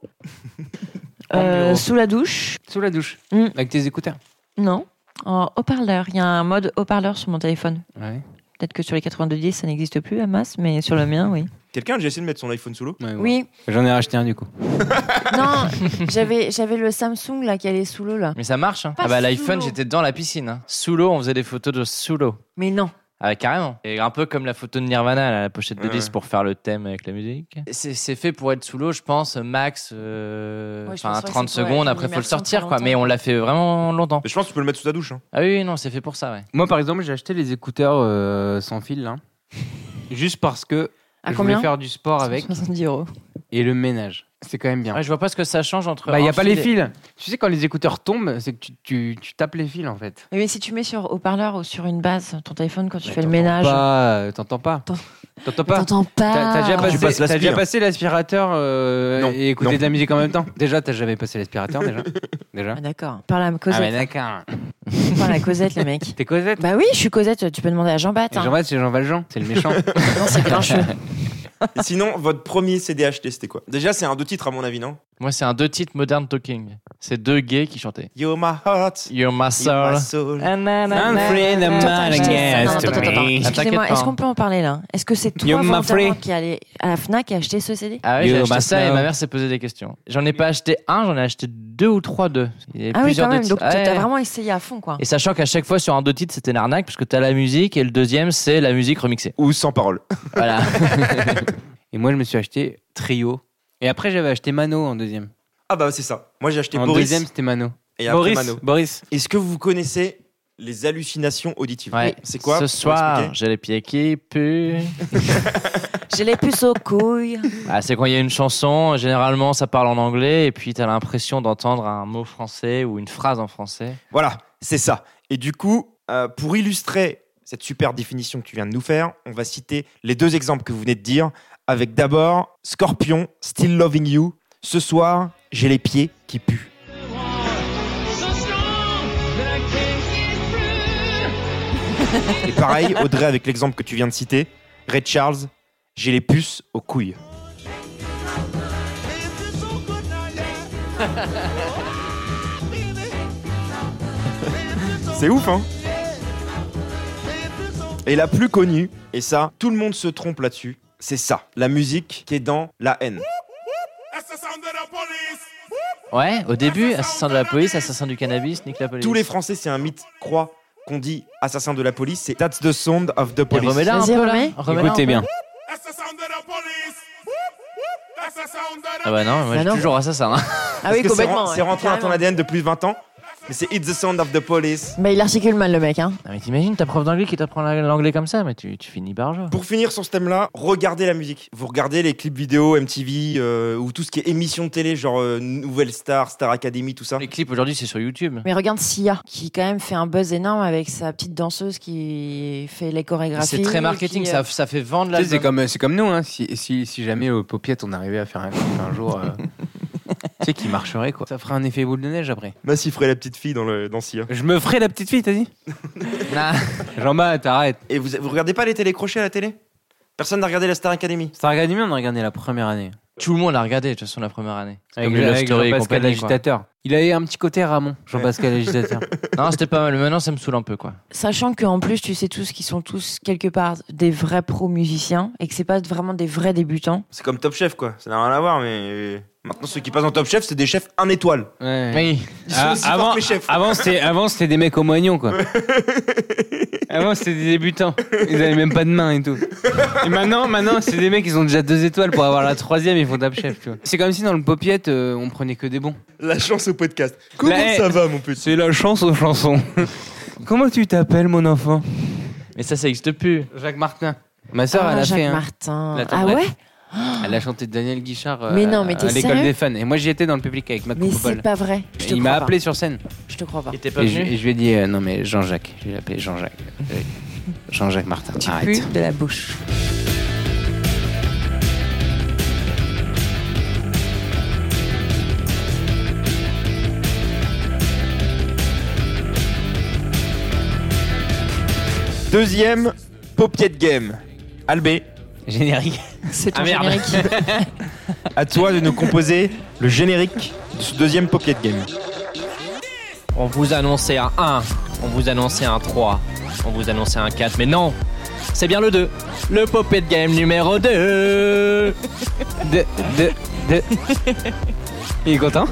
B: euh,
C: bureau.
B: sous la douche.
C: Sous la douche.
B: Mm.
C: Avec tes écouteurs.
B: Non, en haut-parleur. Il y a un mode haut-parleur sur mon téléphone.
C: Ouais.
B: Peut-être que sur les 90, ça n'existe plus à masse, mais sur le mien,
C: (laughs)
B: oui.
D: Quelqu'un a déjà essayé de mettre son iPhone sous l'eau
C: Ouais, ouais.
B: Oui,
C: J'en ai racheté un du coup. (laughs)
B: non, j'avais j'avais le Samsung là qui allait sous l'eau là.
A: Mais ça marche. hein.
B: Pas
A: ah bah
B: sous
A: l'iPhone,
B: l'eau.
A: j'étais dans la piscine. hein. Sous l'eau, on faisait des photos de sous l'eau.
B: Mais non,
A: Ah, carrément. Et un peu comme la photo de Nirvana, là, la pochette de
C: Ouais,
A: disque
C: ouais.
A: pour faire le thème avec la musique. C'est c'est fait pour être sous l'eau, je pense, max euh,
C: Ouais, je
A: enfin,
C: pense, ouais,
A: 30
C: c'est pour
A: secondes.
C: être
A: Après, faut le
C: immersion
A: sortir,
C: très
A: quoi.
C: longtemps.
A: Mais on l'a fait vraiment longtemps.
D: Je pense que tu peux le mettre sous ta douche. hein.
A: Ah oui, oui, non, c'est fait pour ça, ouais.
C: Moi, par exemple, j'ai acheté les écouteurs euh, sans fil, là. Juste parce que
A: À
C: je
A: combien
C: voulais faire du sport avec.
B: 70 euros.
C: Et le ménage. C'est quand même bien.
A: Ouais, je vois pas ce que ça change entre.
C: bah, il n'y
A: un
C: a pas les
A: fil et-
C: fils. Tu sais, quand les écouteurs tombent, c'est que tu, tu- tu tapes les fils, en fait.
B: Mais si tu mets sur haut-parleur ou sur une base ton téléphone quand tu fais le
C: T'entends
B: ménage.
C: pas, euh, T'entends pas. T'entends pas.
B: T'entends pas. Ah.
C: T'as t'as déjà
B: Tu
C: passé,
B: passes
C: t'as
B: l'aspire.
C: déjà passé l'aspirateur euh,
D: Non,
C: et écouter
D: non.
C: de la musique en même temps Déjà, t'as jamais passé l'aspirateur,
D: (laughs)
C: déjà. déjà.
B: Ah, D'accord. Parle à
C: Ah, mais
B: Cosette.
C: d'accord.
B: Parle à Cosette, le
C: (laughs)
B: mec.
C: T'es Cosette
B: Bah oui, je suis Cosette. Tu peux demander à hein. Jean Bat.
C: Et Jean Valjean, c'est Jean Valjean, c'est le méchant.
B: Non, c'est Grincheux.
D: Et Sinon, votre premier CD acheté, c'était quoi Déjà, c'est un deux titres à mon avis, non
A: Moi, c'est un deux titres Modern Talking. C'est deux gays qui chantaient.
D: Yo my heart,
A: You're my soul.
D: my soul.
A: I'm free in the morning, yes, to me. Ah, t'inquiète
B: Excusez-moi,
A: pas.
B: est-ce qu'on peut en parler là Est-ce que c'est toi
A: You're my
B: volontairement
A: free.
B: qui est allé à la Fnac et acheté ce CD
A: Ah oui, j'ai
C: Yo,
A: acheté
C: ma
A: ça et
C: soeur.
A: ma mère s'est posé des questions. J'en ai pas acheté un, j'en ai acheté deux ou trois d'eux. Il y avait
B: Ah oui,
A: plusieurs
B: quand
A: deux
B: même.
A: titres.
B: Donc t'as
A: Ouais.
B: vraiment essayé à fond, quoi.
A: Et sachant qu'à chaque fois sur un deux titres, c'était une arnaque parce que t'as la musique et le deuxième, c'est la musique remixée.
D: Ou sans parole.
A: Voilà.
C: Et moi, je me suis acheté Trio. Et après, j'avais acheté Mano en deuxième.
D: Ah bah c'est ça. Moi j'ai acheté
C: en
D: Boris.
C: deuxième, c'était Mano.
D: Et après
C: Boris,
D: Mano.
C: Boris.
D: Est-ce que vous connaissez les hallucinations
A: (laughs)
D: auditives
A: Ouais.
D: C'est quoi
A: Ce
D: Faut
A: soir,
D: expliquer.
A: j'ai les pieds qui puent.
B: J'ai les puces aux couilles.
A: Ah, c'est quand il y a une chanson, généralement ça parle en anglais et puis t'as l'impression d'entendre un mot français ou une phrase en français.
D: Voilà, c'est ça. Et du coup, euh, pour illustrer cette super définition que tu viens de nous faire, on va citer les deux exemples que vous venez de dire, avec d'abord Scorpion, Still Loving You. Ce soir, j'ai les pieds qui puent. Et pareil, Audrey, avec l'exemple que tu viens de citer, Ray Charles, j'ai les puces aux couilles. C'est ouf, hein Et la plus connue, et ça, tout le monde se trompe là-dessus, c'est ça, la musique qui est dans la haine.
A: Ouais, au début, assassin de la police, assassin du cannabis, nique la police.
D: Tous les Français, c'est un mythe, croient qu'on dit assassin de la police, c'est That's the sound of the police.
A: remets-la un Vas-y, peu, là. remets. Remets-la Écoutez un peu. bien. Ah bah non, moi
D: Bah
A: j'ai
D: non.
A: toujours assassin. hein.
B: Ah oui,
D: Parce que c'est
B: complètement,
D: ren-
B: ouais,
D: C'est rentré dans ton
B: carrément.
D: ADN depuis 20 ans, mais c'est It's the sound of the police.
B: Mais il articule mal le mec, hein.
A: Ah, mais t'imagines ta prof d'anglais qui t'apprend la- l'anglais comme ça, mais tu, tu finis par jouer.
D: Pour finir sur ce thème-là, regardez la musique. Vous regardez les clips vidéo, MTV, euh, ou tout ce qui est émission de télé, genre euh, Nouvelle Star, Star Academy, tout ça.
A: Les clips aujourd'hui, c'est sur YouTube.
B: Mais regarde Sia, qui quand même fait un buzz énorme avec sa petite danseuse qui fait les chorégraphies.
A: C'est très marketing,
B: qui,
A: ça,
B: euh,
A: ça fait vendre
C: Tu sais, C'est
A: l'album.
C: comme, c'est comme nous, hein. si, si, si jamais aux paupiètes on arrivait à faire un clip un jour, (laughs) euh, tu sais, qui marcherait quoi. Ça ferait un effet boule de neige après.
D: Bah, s'il ferait la petite fille dans, le, dans Sia.
C: Je me ferais la petite fille, t'as dit Jean-Baptiste, t'arrêtes.
D: Et vous, vous regardez pas les télécrochés à la télé Personne n'a regardé la Star Academy
C: Star Academy, on a regardé la première année.
A: Tout le monde l'a regardé, de toute façon, la première année. C'est
C: Avec, euh,
A: les Love
C: avec
A: Story et
C: Jean-Pascal
A: compagnie, quoi.
C: l'agitateur. Il avait un petit côté Ramon, Jean-Pascal (laughs) l'agitateur.
A: Non, c'était pas mal. Maintenant, ça me saoule un peu, quoi.
B: Sachant qu'en plus, tu sais tous qu'ils sont tous quelque part des vrais pros musiciens et que c'est pas vraiment des vrais débutants.
D: C'est comme Top Chef, quoi. Ça n'a rien à voir, mais. euh, Maintenant, ceux qui passent en Top Chef, c'est des chefs 1 étoile.
C: Ouais.
A: Oui.
D: Ils sont
C: Ah,
D: aussi forts
C: avant,
D: que les chefs.
C: avant, c'était, avant, c'était des mecs au moignon,
D: (laughs)
C: quoi. avant, c'était des débutants. Ils avaient même pas de main et tout. Et maintenant, maintenant, c'est des mecs, ils ont déjà deux étoiles pour avoir la troisième, ils font top chef, tu vois. C'est comme si dans le popiette, euh, on prenait que des bons.
D: La chance au podcast. Comment
C: La-
D: ça va, mon petit
C: C'est la chance aux chansons. (laughs) Comment tu t'appelles, mon enfant
A: Mais ça, ça existe plus.
C: Jacques Martin. Ma sœur,
B: Ah,
C: elle a
B: Jacques
C: fait. hein.
B: Martin.
C: La
B: Ah
C: tendresse.
B: ouais
C: Elle a chanté Daniel Guichard euh,
B: Mais non, mais t'es
C: à l'école
B: sérieux
C: des fans. Et moi, j'y étais dans le public avec ma
B: Mais
C: coupole.
B: c'est pas vrai. Je te
C: Il
B: crois
C: m'a
B: pas.
C: appelé sur scène.
B: Je te crois pas.
A: T'es pas
C: Et je, et
A: venu
C: je lui ai dit, euh, non mais Jean-Jacques, je l'ai appelé Jean-Jacques. Euh, Jean-Jacques Martin, Ah, arrête.
B: de la bouche.
D: Deuxième, Popiette Game. Albé.
C: Générique.
B: C'est ton
C: Ah, merde.
B: générique.
D: À toi de nous composer le générique de ce deuxième Popiette Game.
A: On vous annonçait un 1, on vous annonçait un 3, on vous annonçait un 4, mais non C'est bien le 2 Le Popet Game numéro 2 (laughs)
C: De, de, de. Il est content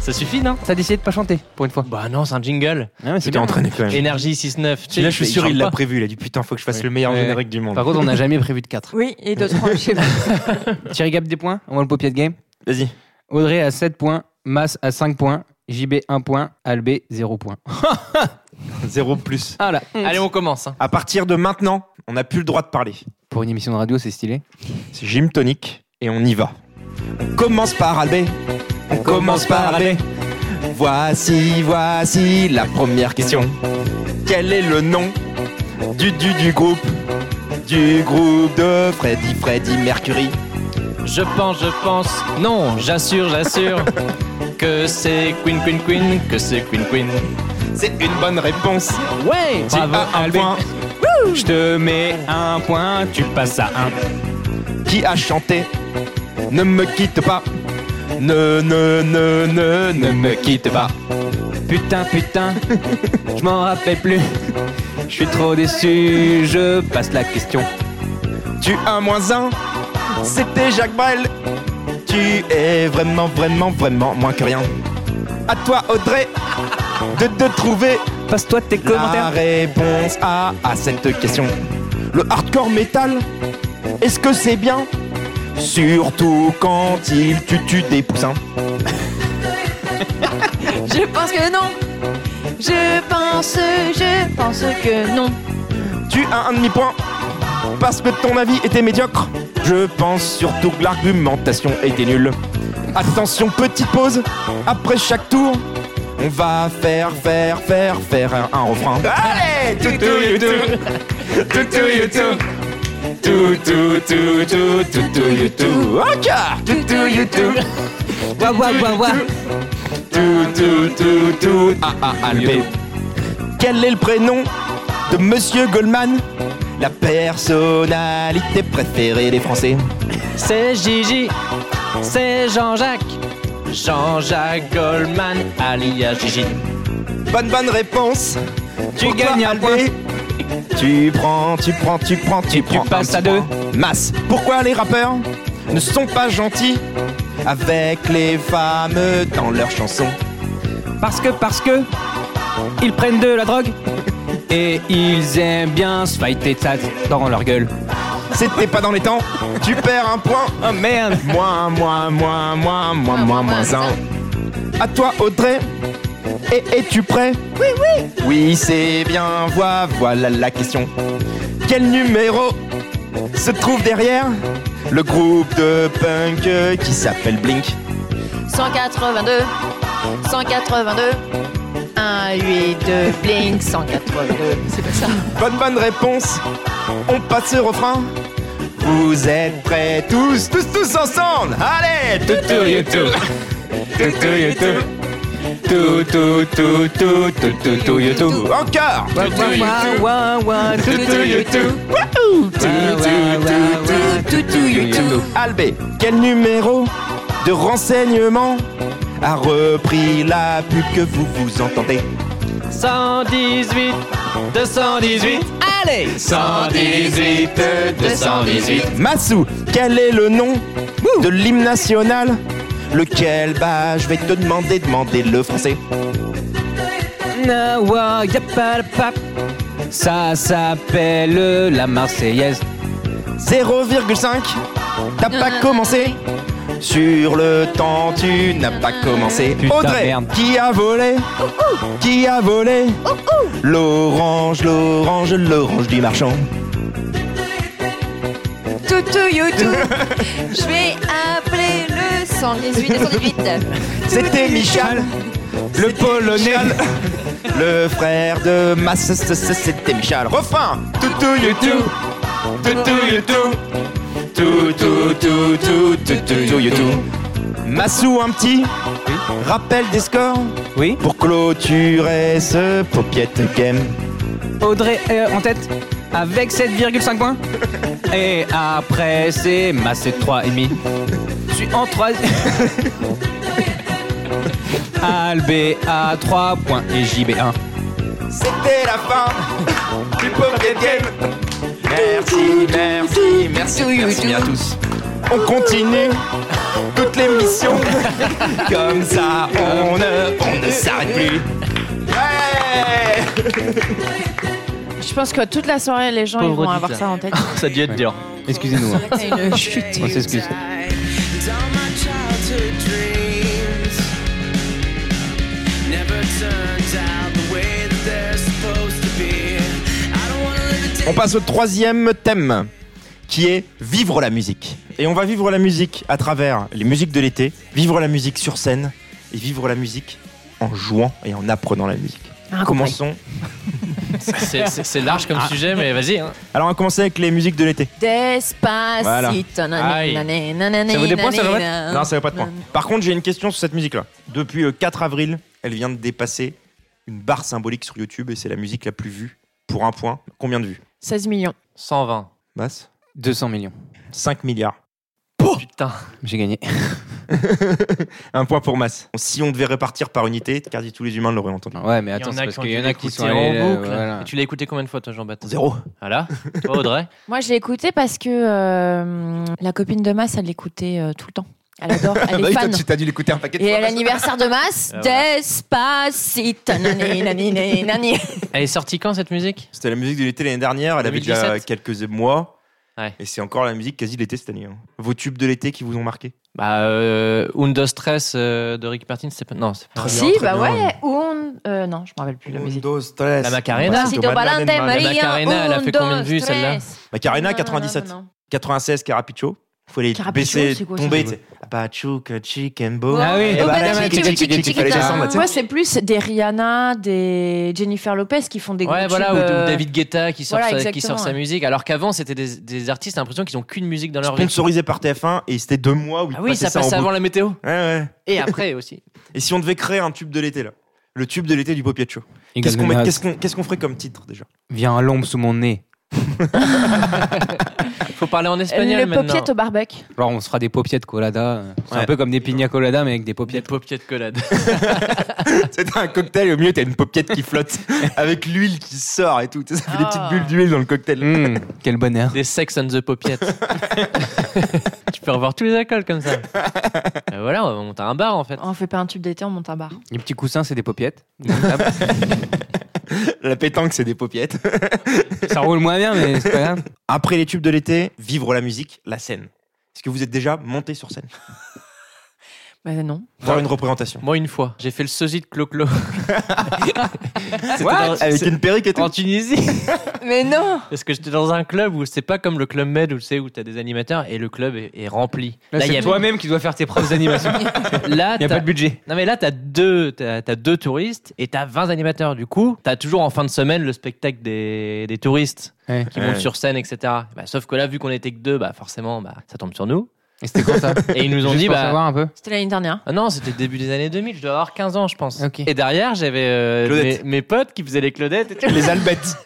A: Ça suffit, non T'as décidé de pas chanter pour une fois Bah non, c'est un jingle.
D: mais Ah c'est Putain, bien. entraîné quand même.
A: Énergie 6-9. tu sais,
D: Là, je suis sûr,
A: chante
D: il l'a
A: pas.
D: prévu. Il a dit putain, faut que je fasse
A: Oui.
D: le meilleur
A: Ouais.
D: générique du monde.
A: Par contre, on n'a jamais prévu de (laughs) 4.
B: Oui, et de trois, je sais (laughs) pas.
C: Thierry Gap des points, on va le paupier de game.
D: Vas-y.
C: Audrey à 7 points, Mas à 5 points, JB 1 point, Albé 0 point.
D: Zéro plus.
C: Ah là.
A: Allez, on commence. hein.
D: À partir de maintenant, on n'a plus le droit de parler.
C: Pour une émission de radio, c'est stylé.
D: C'est Gym Tonic et on y va. On commence par Albé. On commence par Albé. Voici, voici la première question. Quel est le nom du, du, du groupe Du groupe de Freddy, Freddy Mercury.
A: Je pense, je pense. Non, j'assure, j'assure. (laughs) que c'est Queen, Queen, Queen. Que c'est Queen, Queen.
D: C'est une bonne réponse.
A: Ouais
D: Tu
A: Bravo,
D: as un
A: Albé.
D: point.
C: Je te mets un point, tu passes à un.
D: Qui a chanté Ne me quitte pas. Ne, ne, ne, ne, ne me quitte pas.
C: Putain, putain, je m'en rappelle plus. Je suis trop déçu, je passe la question.
D: Tu as moins un, c'était Jacques Brel. Tu es vraiment, vraiment, vraiment moins que rien. À toi, Audrey, de te trouver.
C: Passe-toi tes
D: La réponse à, à cette question. Le hardcore metal, est-ce que c'est bien Surtout quand il tue, tue des poussins.
B: Je pense que non. Je pense, je pense que non.
D: Tu as un demi-point parce que ton avis était médiocre. Je pense surtout que l'argumentation était nulle. Attention, petite pause. Après chaque tour, on va faire, faire, faire, faire un, un refrain. Allez Toutou, youtou Toutou, youtou Toutou, toutou, toutou, youtou Encore Toutou, youtou
C: Wa wa wa wa.
D: Toutou, toutou Ah, ah, Albé Quel est le prénom de Monsieur Goldman La personnalité préférée des Français
A: C'est Gigi. C'est Jean-Jacques. Jean-Jacques Goldman, alias Gigi.
D: Bonne bonne réponse.
C: Tu
D: Pourquoi
C: gagnes un
D: Albé
C: point.
D: Tu prends, tu prends, tu prends, tu prends.
C: passes
D: un
C: à
D: petit
C: deux.
D: point. Masse. Pourquoi les rappeurs ne sont pas gentils avec les femmes dans leurs chansons
C: Parce que, parce que, ils prennent de la drogue et ils aiment bien se fighter de ça dans leur gueule.
D: C'était pas dans les temps. Tu perds un point.
C: Oh merde
D: Moins, moins, moins,
B: Ah,
D: moins, moins, moins, moins un. À toi, Audrey. Et es-tu prêt Oui, oui. Oui, c'est bien. voi- Voilà la question. Quel numéro se trouve derrière le groupe de punk euh, qui s'appelle Blink
B: 182, 182. 1, 8, 2, blink, 182. C'est pas ça.
D: Bonne bonne réponse. On passe au refrain. Vous êtes prêts tous, tous, tous ensemble. Allez, tout, tout, you, tout, tout, tout, you, tout. Tout, tout, tout, tout, tout, tout, tout, you, tout. Encore.
C: Wa wa wa wa wa.
D: Tout, tout, you, tout. Wouhou. Tout, tout, tout, tout, tout, tout, you, tout. Albé, quel numéro de renseignement a repris la pub que vous vous entendez
A: 118, 218. Allez
D: 118, 218. Massou, quel est le nom de l'hymne national Lequel Bah, je vais te demander, demander le français.
C: Na wa ya pa la pa. Ça s'appelle la Marseillaise.
D: 0,5 T'as pas
B: Euh.
D: commencé Sur le temps, tu n'as pas commencé.
C: Putain,
D: Audrey,
C: merde.
D: qui a volé Qui a volé L'orange, l'orange, l'orange du marchand.
B: Toutou, youtou. Je vais appeler le 118 et 118.
D: C'était Michal, le polonais. Le frère de ma s- s- s- c'était Michal. Refrain Toutou youtou Toutou youtou Toutou toutou toutou youtou Massou un petit rappel des scores
C: Oui.
D: pour clôturer ce pocket game.
C: Audrey euh, en tête avec 7,5 points. Et après, c'est Massé 3,5. Je suis en (laughs) 3. Albé à 3 points et JB 1.
D: C'était la fin du pocket game. Merci, merci, merci, merci, merci à tous. On continue toute l'émission. (laughs) Comme ça, on ne, on ne s'arrête plus.
B: Je pense que toute la soirée, les gens ils
A: Pauvre
B: vont avoir
A: auditeur.
B: ça en tête.
A: Ça a dû être dur. Excusez-nous. hein.
B: C'est une chute.
A: On s'excuse.
D: On passe au troisième thème, qui est vivre la musique. Et on va vivre la musique à travers les musiques de l'été, vivre la musique sur scène et vivre la musique en jouant et en apprenant la musique.
A: Incompris.
D: Commençons.
A: C'est- C'est c'est large comme sujet, mais vas-y. hein.
D: Alors on va commencer avec les musiques de l'été.
B: Despacito.
D: Aïe.
B: nanani, nanani,
D: Ça vaut des points, ça
B: nanani,
D: va
B: nan.
D: Ah, Non, ça vaut pas de points. Par contre, j'ai une question sur cette musique-là. Depuis le 4 avril, elle vient de dépasser une barre symbolique sur YouTube et c'est la musique la plus vue pour un point. Combien de vues
B: 16 millions.
A: 120.
D: Basse
C: 200 millions.
D: 5 milliards.
A: Putain.
C: J'ai gagné.
D: un point pour masse. Si on devait répartir par unité, quasi tous les humains l'auraient entendu.
C: Ouais, mais
A: Il y
C: attends,
A: en
C: c'est
A: a
C: parce
A: ont
C: qu'il y en
A: dû
C: a qui sont
A: l'écouter
C: allés,
A: en
C: euh,
A: boucle.
C: voilà.
A: Et tu l'as écouté combien de fois, toi, Jean-Baptiste
D: Zéro.
A: Voilà. Toi, Audrey
B: Moi, je l'ai écouté parce que euh, la copine de Mass, elle l'écoutait euh, tout le temps. Elle adore, elle
A: (laughs)
D: Bah
B: est
D: oui, toi,
B: fan.
D: tu t'as dû l'écouter un paquet de
B: Ah, Et
D: fois.
B: à l'anniversaire de Mass,
A: Ah, voilà.
B: Despacito. nanani, nanani, nanani.
A: Elle est sortie quand cette musique
D: C'était la musique de l'été l'année dernière, elle avait déjà
A: 2017.
D: quelques mois. Et c'est encore la musique quasi de l'été cette année. hein. Vos tubes de l'été qui vous ont marqué
A: Bah, euh, Undo Stress euh, de Ricky Martin, c'est pas. Non, c'est pas.
B: Si, bah ouais. On... euh, non, je me rappelle plus la musique.
A: La Macarena.
B: Pasito pa'lante, Maria,
A: La Macarena, elle a
B: un,
A: fait combien de
B: dos,
A: vues celle-là
B: tres.
D: Macarena,
B: Non, non,
D: 97.
B: non, non.
D: 96, Carapicho. Faut les
B: Carapicho,
D: baisser,
B: c'est quoi, ça
D: tomber. tu sais. Apachuca, chicken bone.
C: Ah oui.
D: Eh ben,
C: Oh, bah,
D: la
C: bah,
D: chicken,
C: chicken,
D: chicken,
C: chicken,
D: chicken, fallait
C: chicken,
D: descendre, tu sais.
B: Moi, c'est plus des Rihanna, des Jennifer Lopez qui font des
A: Ouais,
B: gros
A: voilà, ou,
B: tubes,
A: ou
B: euh,
A: David Guetta qui sort,
B: voilà,
A: sa, qui sort sa
B: exactement.
A: musique. Alors qu'avant, c'était des, des artistes, t'as l'impression qu'ils n'ont qu'une musique dans leur vie.
D: Sponsorisé par TF1 et c'était deux mois où ils
A: Ah oui,
D: passaient
A: ça passe
D: en
A: avant
D: boucle.
A: la météo.
D: Ouais, ouais.
A: (laughs) Et après aussi.
D: Et si on devait créer un tube de l'été, là Le tube de l'été du Popiacho.
C: Eagle
D: Qu'est-ce qu'on met-
C: Menace.
D: qu'est-ce qu'on qu'est-ce qu'on ferait comme titre déjà
C: Viens à l'ombre sous mon nez.
A: Faut parler en espagnol
B: Le
A: maintenant.
B: popiette Euh, au barbec.
C: Genre, on se fera des paupiettes colada. C'est
D: Ouais.
C: un peu comme des pina colada, mais avec des
A: Des
C: paupiettes.
A: paupiètes collades.
D: C'était un cocktail et au milieu t'as une paupiette qui (laughs) flotte avec l'huile qui sort et tout. Tu sais, Ça fait des petites bulles d'huile dans le cocktail.
C: Mmh, quel bonheur.
A: (laughs) Des sex and the
B: (laughs)
A: paupiètes. tu peux revoir tous les alcools comme ça. Et voilà, on va monter un bar en fait.
B: On fait pas un tube d'été, on monte un bar.
C: Les petits coussins, c'est des paupiettes.
D: La pétanque c'est des paupiettes.
C: Ça roule moins bien, mais c'est pas (laughs) grave.
D: Après les tubes de l'été, vivre la musique, la scène. Est-ce que vous êtes déjà monté sur scène
B: Bah non.
D: Voir une représentation.
A: Moi, une fois, j'ai fait le sosie de Clo-Clo. (laughs) C'était
D: What
A: dans-
D: Avec
A: c'est-
D: une perruque (laughs) et tout.
A: en Tunisie.
B: Mais non
A: Parce que j'étais dans un club où c'est pas comme le club Med où tu sais, où t'as des animateurs et le club est, est rempli. il
C: Là,
A: y
C: c'est
A: avait-
C: toi-même qui dois faire tes propres (laughs) animations.
A: Là,
C: Il n'y a
A: t'as-
C: pas de budget.
A: Non mais là t'as deux t'as, t'as deux touristes et t'as 20 animateurs du coup t'as toujours en fin de semaine le spectacle des, des touristes
C: Ouais.
A: qui
D: Ouais.
A: montent sur scène etc Bah, sauf que là vu qu'on était que deux bah forcément bah ça tombe sur nous
C: Et c'était quand ça
A: et ils nous ont
C: Juste
A: dit
C: pour
A: bah
C: savoir un peu.
B: C'était l'année dernière.
A: ah non c'était début des années 2000 je dois avoir 15 ans je pense
C: Ok.
A: et derrière j'avais euh, mes,
D: Claudette.
A: mes potes qui faisaient les Claudettes et tout.
D: Les Albettes.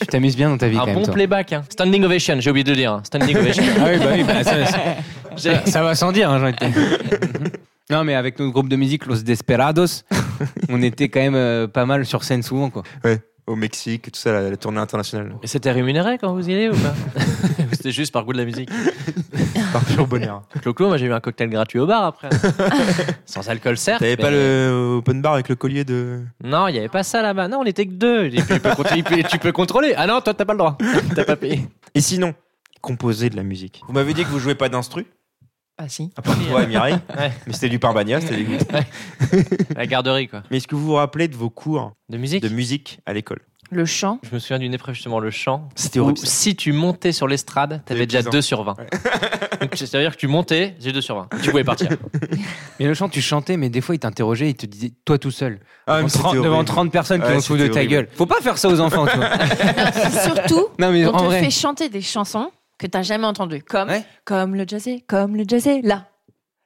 C: Tu t'amuses bien dans ta vie
A: un
C: quand
A: bon
C: même. toi.
A: playback hein. standing ovation j'ai oublié de le dire hein.
C: (laughs)
A: standing ovation
C: Ah oui, bah oui, bah, ça, (laughs) ça- ça- ça va sans dire, hein, j'ai envie de te dire. (laughs) Non, mais avec notre groupe de musique, Los Desperados, on était quand même euh, pas mal sur scène souvent, quoi.
D: Ouais. Au Mexique, tout ça, la, la tournée (laughs) internationale.
A: et c'était rémunéré quand vous y allez ou
C: (laughs)
A: pas Ou c'était juste par goût de la musique
D: Par pur bonheur.
A: Clo-Clo moi j'ai eu un cocktail gratuit au bar
C: (laughs)
A: après sans alcool certes
D: T'avais pas
A: mais-
D: le open bar avec le collier de.
A: Non, il n'y avait pas ça là-bas. Non, on était que deux. Et puis, tu, peux contrôler, tu peux- tu peux contrôler. Ah non, toi, t'as pas le droit. T'as pas payé.
D: Et sinon, composer de la musique. Vous m'avez dit que vous jouez pas d'instru,
B: Ah si.
D: à part toi et Mireille.
A: Ouais.
D: Mais c'était du parbagna, c'était dégoûtant.
A: La garderie, quoi.
D: Mais est-ce que vous vous rappelez de vos cours
A: De musique
D: de musique à l'école
B: Le chant.
A: Je me souviens d'une épreuve, justement, le chant.
D: C'était
A: Où
D: horrible. ça.
A: si tu montais sur l'estrade, t'avais
D: T'avais
A: déjà
D: 10 ans.
A: 2 sur 20. Donc, C'est-à-dire que tu montais, j'ai 2 sur 20. Tu pouvais partir.
C: Mais le chant, tu chantais, mais des fois, il t'interrogeait, il te disait, toi tout seul.
D: Ah, mais
C: devant,
D: c'était
C: 30, devant
D: horrible.
C: 30 personnes qui
D: Ouais,
C: vont se foutre de
D: c'était
C: ta
D: horrible.
C: gueule. Faut pas faire ça aux enfants, tu
D: (laughs)
C: vois.
B: Surtout,
C: Non, mais
B: on
C: en
B: te
C: vrai.
B: fait chanter des chansons que t'as jamais entendues. Comme,
C: Ouais.
B: comme le jazzé, comme le jazzé, là.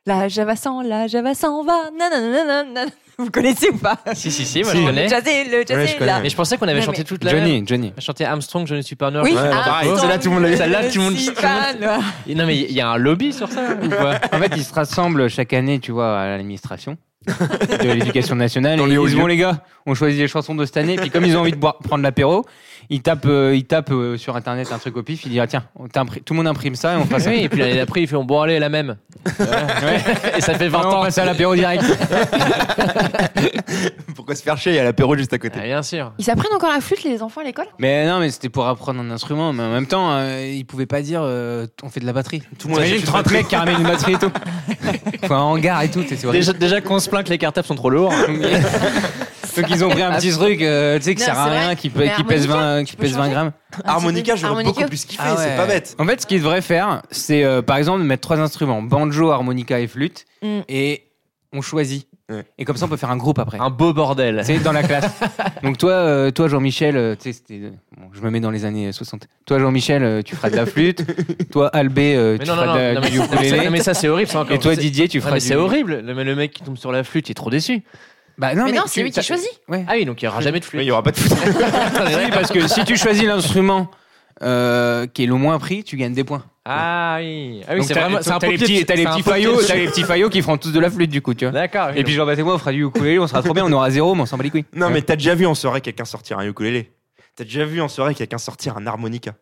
B: La Java s'en, la Java s'en va. nananana, nan- Vous connaissez ou pas
A: si, si, si, moi
D: Si.
A: je
B: Le
A: connais.
B: jazzé, le
D: Ouais,
B: jazzé,
D: je connais.
B: là.
A: Mais je pensais qu'on avait
B: Non,
A: chanté
B: mais-
A: toute la.
C: Johnny, Johnny.
A: Chanté Armstrong, je ne suis pas un homme.
B: Oui,
D: Ouais,
B: ah,
D: pareil.
B: attends,
D: Celle-là, tout le monde l'a eu.
A: Celle-là, tout le monde-
B: si,
A: tout le monde-
B: pas, là.
A: Non, mais il y a un lobby sur ça. ou quoi
C: En fait, ils se rassemblent chaque année, tu vois, à l'administration. de l'éducation nationale. et ils disent, bon les gars, on choisit les chansons de cette année. Puis comme ils ont envie de boire- prendre l'apéro, ils tapent, euh, ils tapent euh, sur internet un truc au pif. Ils disent ah, tiens, on t'impri- tout le monde imprime ça et on fait ça.
A: Oui, et puis l'année d'après, ils font bon allez la même. Et ça fait 20
C: Ah, on
A: ans.
C: passe à l'apéro direct.
D: Pourquoi se faire chier Il y a l'apéro juste à côté.
A: Ah, bien sûr.
B: Ils apprennent encore la flûte, les enfants, à l'école
C: Mais non, mais c'était pour apprendre un instrument. Mais en même temps, euh, ils pouvaient pas dire euh, on fait de la batterie. Tout le monde
A: T'imagines
C: imagine 30 mecs qui ramènent une batterie et tout. (laughs) Faut un hangar et tout. t'sais, c'est horrible.
A: Déjà, déjà qu'on se plaint que les cartables sont trop lourds.
C: Donc ils ont pris un petit truc, euh, tu sais, qui
A: Non,
C: sert à
A: c'est
C: rien,
A: vrai.
C: qui, pe-
A: Mais
C: qui pèse
A: harmonica,
C: 20, qui
A: tu peux
C: pèse 20
A: changer.
C: grammes.
D: Harmonica, j'aurais beaucoup plus kiffé,
C: Ah
D: c'est
C: ouais.
D: pas bête.
C: En fait, ce qu'ils devraient faire, c'est euh, par exemple mettre trois instruments banjo, harmonica et flûte,
B: Mm.
C: et on choisit. Et comme ça, on peut faire un groupe après.
A: (laughs) Un beau bordel.
C: C'est dans la (laughs) classe. Donc toi, euh, toi Jean-Michel, euh, tu sais, c'était, euh, bon, je me mets dans les années 60. Toi Jean-Michel, euh, tu feras de la (laughs) flûte. toi Albé, euh,
A: Mais
C: tu
A: non,
C: feras
A: non,
C: de la,
A: non, mais
C: du
A: c'est-
C: ukulélé.
A: non, mais ça, c'est horrible, ça, encore.
C: Et toi
A: C'est-
C: Didier, tu
A: Non,
C: feras.
A: mais
C: du-
A: c'est horrible. Le, mais le mec qui tombe sur la flûte, il est trop déçu.
C: Bah
B: Mais mais non, c'est tu- lui qui t'as- choisit.
A: Ah oui, donc il n'y aura jamais de flûte.
D: il n'y aura pas de flûte.
C: Oui, parce que si tu choisis l'instrument euh, qui est le moins pris, tu gagnes des points.
A: Ah oui, ah, oui
C: Donc
A: c'est
C: t'as-
A: vraiment.
C: t'as les petits, t'as les petits faillots, t'as les petits faillots qui feront tous de la flûte du coup, tu vois.
A: D'accord.
C: Et puis Jean-Baptiste et moi, on fera du ukulélé, on sera trop bien, on aura zéro, mais on s'en bat les couilles.
D: (laughs) Non, mais t'as déjà vu en soirée quelqu'un sortir un ukulélé T'as déjà vu en soirée quelqu'un sortir un harmonica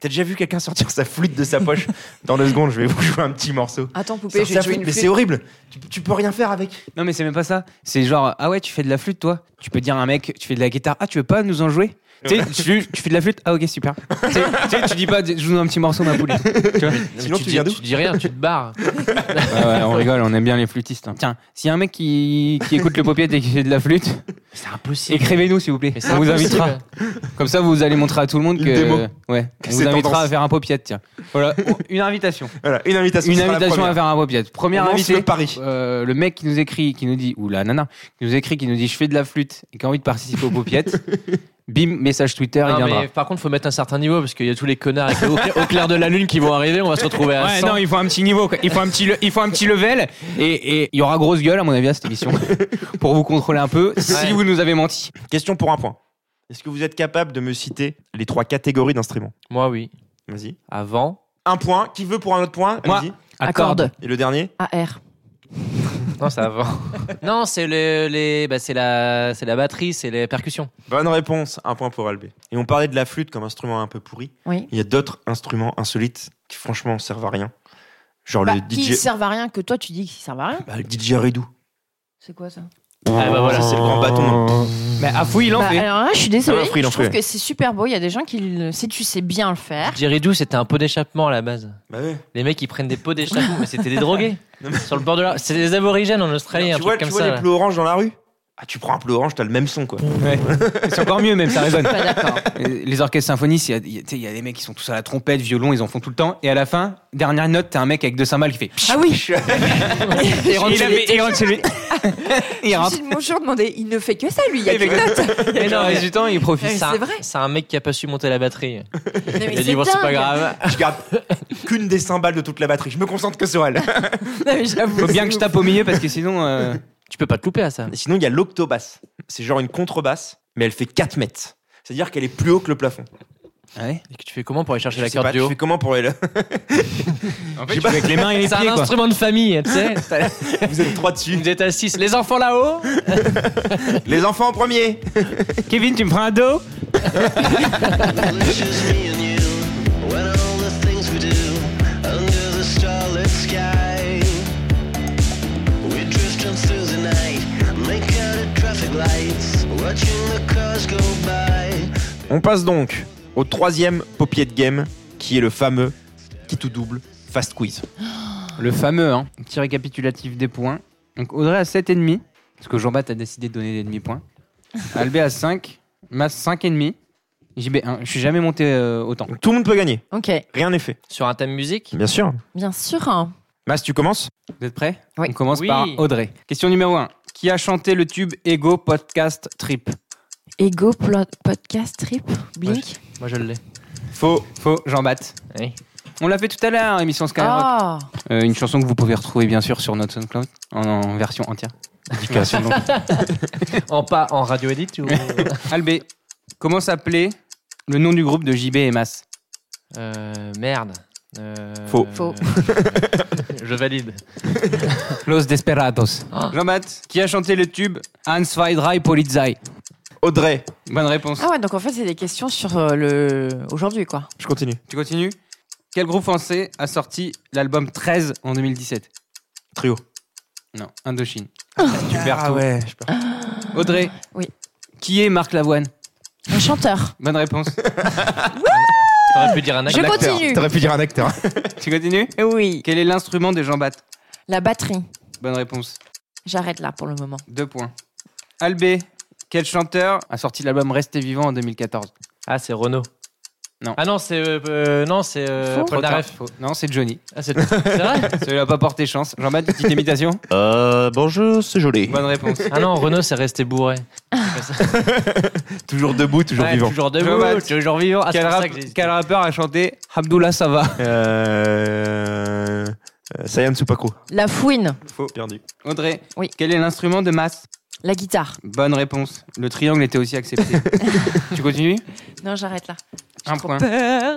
D: T'as déjà vu quelqu'un sortir sa flûte de sa (laughs) poche Dans deux secondes, je vais vous jouer un petit morceau.
B: Attends, poupée,
D: Sortir
B: j'ai
D: sa
B: joué
D: flûte,
B: une
D: mais
B: flûte.
D: c'est horrible. Tu, tu peux rien faire avec.
C: Non, mais c'est même pas ça. C'est genre, ah ouais, tu fais de la flûte, toi. Tu peux dire à un mec, tu fais de la guitare, ah, tu veux pas nous en jouer Tu sais, tu, tu fais de la flûte, ah ok, super. tu sais, tu sais, tu dis pas, joue-nous un petit morceau, ma poule. et tout. Tu vois
A: Sinon, tu, dis, tu dis rien, tu te barres.
C: Ouais, ouais, on rigole, on aime bien les flûtistes. hein. Tiens, s'il y a un mec qui, qui écoute le popiette et qui fait de la (laughs) flûte,
A: c'est impossible.
C: écrivez-nous s'il vous plaît.
A: c'est
C: On vous
A: impossible.
C: invitera. Comme ça, vous allez montrer à tout le monde
D: Une
C: que.
D: démo.
C: Ouais,
D: Que
C: on vous
D: c'est
C: invitera
D: tendance.
C: à faire un popiette, tiens. Voilà, une invitation.
D: Voilà, une invitation.
C: Une
D: ce sera la
C: invitation
D: première.
C: à faire un popiette. Première
D: On lance
C: invité.
D: le pari.
C: euh, le mec qui nous écrit, qui nous dit, ou la nana, qui nous écrit, qui nous dit, je fais de la flûte et qui a envie de participer au
D: (laughs)
C: popiette. Bim, message Twitter, il
A: Non,
C: viendra.
A: mais par contre, faut mettre un certain niveau parce qu'il y a tous les connards avec le- au, au clair de la lune qui vont arriver. On va se retrouver à
C: Ouais,
A: 100.
C: non, il faut un petit niveau, quoi. il faut un petit, le- il faut un petit level, et et il y aura grosse gueule à mon avis à cette
D: (laughs)
C: émission pour vous contrôler un peu si
D: Ouais.
C: vous nous avez menti.
D: Question pour un point. Est-ce que vous êtes capable de me citer les trois catégories d'instruments
A: Moi, oui.
D: Vas-y.
A: Avant.
D: Un point. Qui veut pour un autre point
C: Moi.
D: Allez-y.
B: Accorde. Accorde.
D: Et le dernier
B: AR.
A: Non, c'est avant. (laughs) non, c'est les, les- bah, c'est la, c'est la batterie, c'est les percussions.
D: Bonne réponse. Un point pour Albé. Et on parlait de la flûte comme instrument un peu pourri.
B: Oui.
D: Il y a d'autres instruments insolites qui franchement servent à rien. Genre
B: Bah,
D: Oh, le
B: Qui
D: DJ.
B: servent à rien que toi, tu dis qu'ils servent à rien
D: Bah, le DJ Redou.
B: C'est quoi ça
A: Ah bah voilà,
D: c'est le grand bâton.
C: Mais à fouille, il en
B: Bah,
C: fait.
B: Alors là, je suis désolée.
D: Ah, Free, il en
B: je trouve
D: fait.
B: que c'est super beau. Il y a des gens qui, le- si tu sais bien le faire,
A: Jiridou, c'était un pot d'échappement à la base.
D: Bah ouais.
A: Les mecs, ils prennent des pots d'échappement, mais c'était des drogués. Sur le bord de la. C'est des aborigènes en Australie, un
D: tu vois,
A: truc
D: tu
A: comme
D: vois
A: ça.
D: les
A: là.
D: plots oranges dans la rue Ah, tu prends un plot orange, t'as le même son (laughs) quoi.
C: Ouais. C'est encore mieux même, ça résonne.
B: pas d'accord.
C: Euh, Les orchestres symphoniques, il y a- il y, a- tu sais, il y a des mecs qui sont tous à la trompette, violon, ils en font tout le temps. Et à la fin, dernière note, t'as un mec avec deux cymbales qui fait.
B: Ah oui.
C: Et il rentre chez lui, et il rentre
B: (laughs)
C: chez lui. Il rentre.
B: Gilles Bonjour demandait, il ne fait que ça, lui. Il y a
C: Il fait
B: qu'une note.
C: Et dans le reste du temps, il profite.
B: Mais
A: Ça-
B: c'est vrai.
A: C'est un mec qui a pas su monter la batterie.
B: Non, mais
A: Il a dit, bon, c'est
B: dingue.
A: pas grave.
D: Je garde qu'une des cymbales de toute la batterie. Je me concentre que sur elle.
B: Non, mais j'avoue,
C: Faut bien
B: c'est
C: que je
B: ouf.
C: tape au milieu parce que sinon. euh,
A: Tu peux pas te louper à ça.
D: (laughs) Et Sinon, il y a l'octobasse. C'est genre une contrebasse, mais elle fait 4 mètres. C'est-à-dire qu'elle est plus haut que le plafond.
C: Ouais.
A: Et que tu fais comment pour aller chercher
D: Je
A: la
D: sais
A: corde
D: pas,
A: du
D: tu
A: haut
D: fais comment pour aller
C: En fait,
D: fait, tu fais
C: avec les mains et les
A: C'est un
C: pieds. quoi.
A: instrument de famille, tu sais. T'as-
D: Vous êtes trois dessus.
A: Vous êtes à 6. Les enfants là-haut
D: (laughs) Les enfants en premier
C: Kevin, tu me prends un dos
G: Well, it's just me and you when all the things we do under the starlit sky. We drift on through the night, make out at traffic lights, watching the cars go by.
D: On passe donc au troisième paupier de game, qui est le fameux qui tout double fast quiz.
C: Le fameux, hein. Petit récapitulatif des points. Donc Audrey à 7,5. Parce que Jean-Baptiste a décidé de donner des demi-points. Albé à 5. Mas 5,5. JB 1. Je suis jamais monté euh, autant.
D: Donc, tout le monde peut gagner,
B: Ok,
D: rien n'est fait.
A: Sur un thème musique
D: Bien sûr.
B: bien sûr. hein.
D: Mas, tu commences
C: Vous êtes prêts
B: Oui.
C: On commence
A: Oui.
C: par Audrey. Question numéro 1. Qui a chanté le tube Ego Podcast Trip
B: Ego plo- podcast trip Blink.
A: Moi je l'ai.
D: Faux.
C: Faux, jean bat
A: Oui.
C: On l'a fait tout à l'heure, émission Skyrock.
B: Ah,
C: Euh, une chanson que vous pouvez retrouver bien sûr sur notre SoundCloud en, en version entière. Version longue.
A: En pas en radio edit ou
C: Albé, comment s'appelait le nom du groupe de JB et Mas
A: euh, merde. Euh, (laughs)
D: Faux.
B: Faux.
A: Je valide.
C: Los Desperados. Jean-Math, qui a chanté le tube Hans Weidrei Polizei
D: Audrey.
C: Bonne réponse.
B: Ah ouais, donc en fait, c'est des questions sur euh, le. aujourd'hui, quoi.
D: Je continue.
C: Tu continues Quel groupe français a sorti l'album 13 en 2017
D: Trio.
C: Non, Indochine.
D: Tu perds Ah ouais, je perds.
C: Audrey.
B: Oui.
C: Qui est Marc Lavoine
B: Un chanteur.
C: Bonne réponse.
A: T'aurais pu dire un
B: Je acteur. continue. T'aurais
D: pu dire un acteur.
C: tu continues
B: Oui.
C: Quel est l'instrument des gens battent
B: La batterie.
C: Bonne réponse.
B: J'arrête là pour le moment.
C: Deux points. Albé, quel chanteur a sorti l'album Restez vivant en 2014
A: Ah, c'est Renaud.
C: Non.
A: Ah non, c'est euh, euh, non, c'est euh,
C: Faux.
A: Paul
C: Trop tard.
A: Naref.
C: Faux. Non, c'est Johnny.
A: Ah, c'est c'est vrai
C: (laughs) Celui-là n'a pas porté chance. Jean-Baptiste, petite imitation
K: Euh, bonjour, c'est joli.
C: Bonne réponse.
A: Ah non, Renaud, c'est resté bourré.
D: (laughs) Toujours debout, toujours
A: Ouais,
D: vivant.
A: Toujours debout,
C: Jean-Baptiste.
A: toujours vivant. Ah, c'est
C: quel,
A: pour
C: rap-
A: ça que j'ai-
C: quel rappeur a chanté Abdullah Sava
D: Euh... euh, Sayan Supako.
B: La fouine.
D: Faux. Perdu.
C: Audrey,
B: Oui.
C: quel est l'instrument de masse
B: La guitare.
C: Bonne réponse. Le triangle était aussi
B: (laughs)
C: accepté. tu continues
B: Non, j'arrête là.
C: Un point.
B: Peur.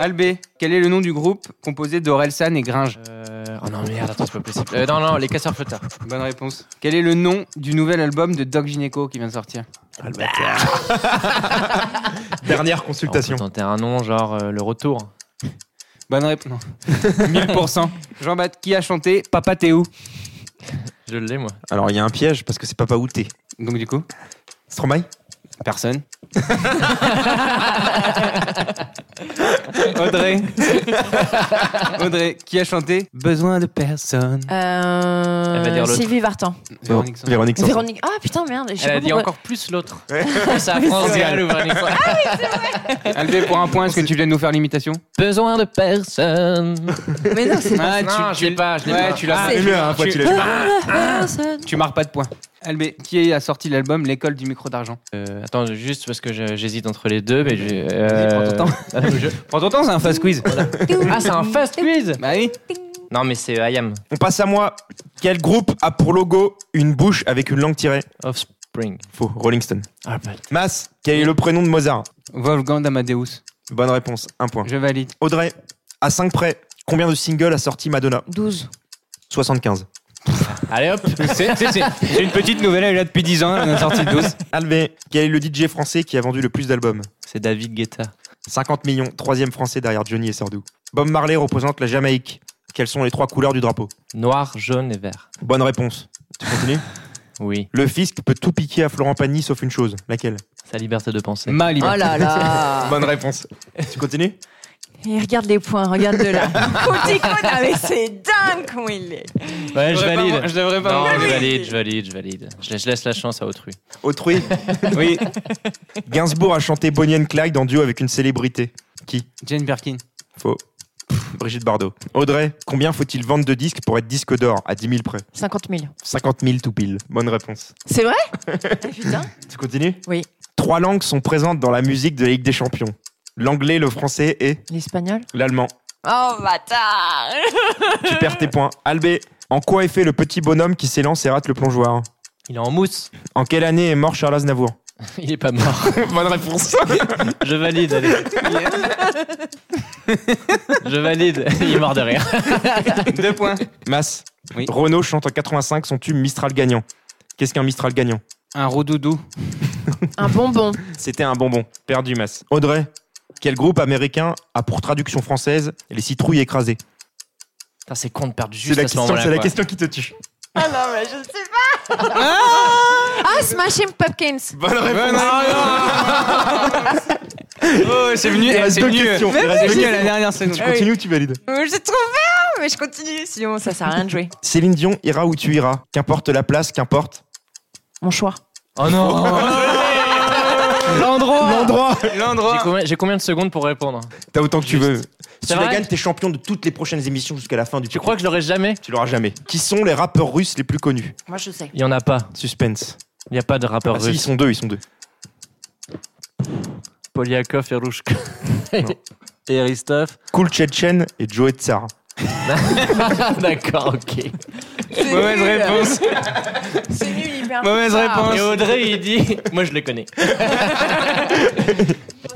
C: Albé, quel est le nom du groupe composé d'Orelsan et Gringe
A: Euh, Oh non, merde, attends, c'est pas possible. Euh, non, non, les casseurs flottards.
C: Bonne réponse. Quel est le nom du nouvel album de Doc Gineco qui vient de sortir
D: Dernière
A: Alors, on peut
D: consultation.
A: tenter un nom, genre euh, le retour.
C: Bonne réponse. (laughs) 1000%. Jean-Baptiste, qui a chanté Papa Théo
A: Je l'ai, moi.
D: Alors, il y a un piège parce que c'est Papa Outé.
C: Donc du coup,
D: Stromae
C: personne. (laughs) Audrey. Audrey, qui a chanté Besoin de personne.
B: Euh,
A: Elle va dire l'autre.
B: Sylvie Vartan.
C: Véronique Sanson.
D: Véronique (laughs) Sanson.
B: Véronique. Ah putain, merde. je sais
A: Elle a
B: pas
A: dit
B: pourquoi.
A: encore plus l'autre.
D: Ouais.
A: C'est à France Gall ou Véronique Sanson.
C: Albé, pour un point, est-ce que tu viens de nous faire l'imitation
A: Besoin de personne.
B: Mais non, c'est
C: Ah,
A: non, Ah, je l'ai pas, je l'ai
C: ouais,
A: pas.
C: tu l'as.
B: C'est-
D: Mets-le à un fois,
C: tu-
D: tu l'as eu.
B: personne.
C: Tu marques pas de points. Albé, qui a sorti l'album L'école du micro d'argent
A: Euh, attends, juste parce que je- j'hésite entre les deux, mais j'ai. euh,
C: Vas-y, prends ton temps.
A: (laughs)
C: Prends ton temps, c'est un fast quiz.
A: ah, c'est un fast quiz
C: bah oui.
A: Non, mais c'est IAM.
D: On passe à moi. Quel groupe a pour logo une bouche avec une langue tirée
A: Offspring.
D: Faux. Rolling Stone.
A: Ah, putain.
D: Mas, quel est le prénom de Mozart
C: Wolfgang Amadeus.
D: Bonne réponse, un point.
C: Je valide.
D: Audrey, à 5 près, combien de singles a sorti Madonna
B: 12.
D: 75.
A: Allez hop
C: C'est c'est- c'est- c'est une petite nouvelle, elle est là depuis 10 ans, elle en a sorti 12.
D: Albé, quel est le DJ français qui a vendu le plus d'albums
A: C'est David Guetta.
D: 50 millions, troisième français derrière Johnny et Sardou. Bob Marley représente la Jamaïque. Quelles sont les trois couleurs du drapeau
A: Noir, jaune et vert.
D: Bonne réponse. Tu continues
A: Oui,
D: Le fisc peut tout piquer à Florent Pagny sauf une chose. Laquelle
A: sa liberté de penser.
C: Ma liberté.
B: Oh là là.
D: Bonne réponse. tu continues
B: Et regarde les points, regarde
A: (laughs)
B: de là. Coticone, mais c'est dingue comment il est.
A: Ouais, je
C: devrais pas
A: valide.
C: moi- je devrais pas
A: Non,
C: moi-
A: je valide, je valide, je valide. Je laisse, je laisse la chance à autrui.
D: Autrui.
C: Oui,
D: Gainsbourg a chanté Bonnie and Clyde en duo avec une célébrité. Qui
C: Jane Birkin.
D: Faux. Brigitte Bardot. Audrey, combien faut-il vendre de disques pour être disque d'or à 10 000 près
B: 50 000.
D: 50 000 tout pile. Bonne réponse.
B: C'est vrai Ah, Putain.
D: Tu continues
B: Oui.
D: Trois langues sont présentes dans la musique de la Ligue des Champions. L'anglais, le français et
B: L'espagnol
D: l'allemand.
B: Oh bâtard (laughs)
D: Tu perds tes points. Albé, en quoi est fait le petit bonhomme qui s'élance et rate le plongeoir
A: Il est en mousse.
D: En quelle année est mort Charles Aznavour
A: Il est pas mort.
D: (laughs) Bonne réponse.
A: Je valide, allez. Je valide. Il est mort de rire.
C: Deux points.
D: (laughs) Mas.
C: Oui.
D: Renaud chante en 85 son tube Mistral gagnant. Qu'est-ce qu'un Mistral gagnant
C: Un rodoudou.
B: Un bonbon.
D: C'était un bonbon. Perdu, Mas. Audrey, quel groupe américain a pour traduction française les citrouilles écrasées
A: Putain, c'est con de perdre
D: C'est
A: juste
D: la,
A: à ce
D: question,
A: moment-là.
D: c'est la
A: quoi.
D: question qui te tue.
B: Ah non, mais je sais pas Ah, Smashing Pumpkins
A: Bah.
D: Bonne
C: Eh,
D: réponse.
C: (laughs) Oh, c'est venu,
D: Il
C: eh,
D: reste
C: c'est
D: deux
C: venu,
D: questions.
C: euh,
D: Il reste
C: c'est
D: deux
C: venu à la
D: questions.
C: dernière seconde.
B: Ah
D: Tu continues ou tu
B: (laughs)
D: valides
B: Euh, J'ai trouvé un, mais je continue, sinon ça sert à rien de jouer.
D: Céline Dion ira où tu iras. Qu'importe la place, qu'importe
B: Mon choix.
A: Oh non
C: L'endroit.
D: l'endroit.
A: J'ai
C: L'endroit.
A: combien, j'ai combien de secondes pour répondre
D: T'as autant que tu veux. Si tu
A: C'est
D: la
A: vrai
D: gagnes, t'es champion de toutes les prochaines émissions jusqu'à la fin du
A: Tu crois que je l'aurais jamais
D: Tu l'auras jamais. Qui sont les rappeurs russes les plus connus
B: Moi je sais.
A: Il y en a pas.
D: Suspense.
A: Il n'y a pas de rappeur
D: Ah si, ils
A: russe.
D: sont deux, ils sont deux.
A: Poliakov et Rouchka. et Ristov.
D: Cool Chechen et Joe Tsar.
A: (laughs) D'accord, ok.
C: Mauvaise réponse.
B: C'est nul, hyper
C: Mauvaise
B: bizarre.
C: réponse.
A: Et Audrey, il dit Moi, je le connais.
C: (laughs)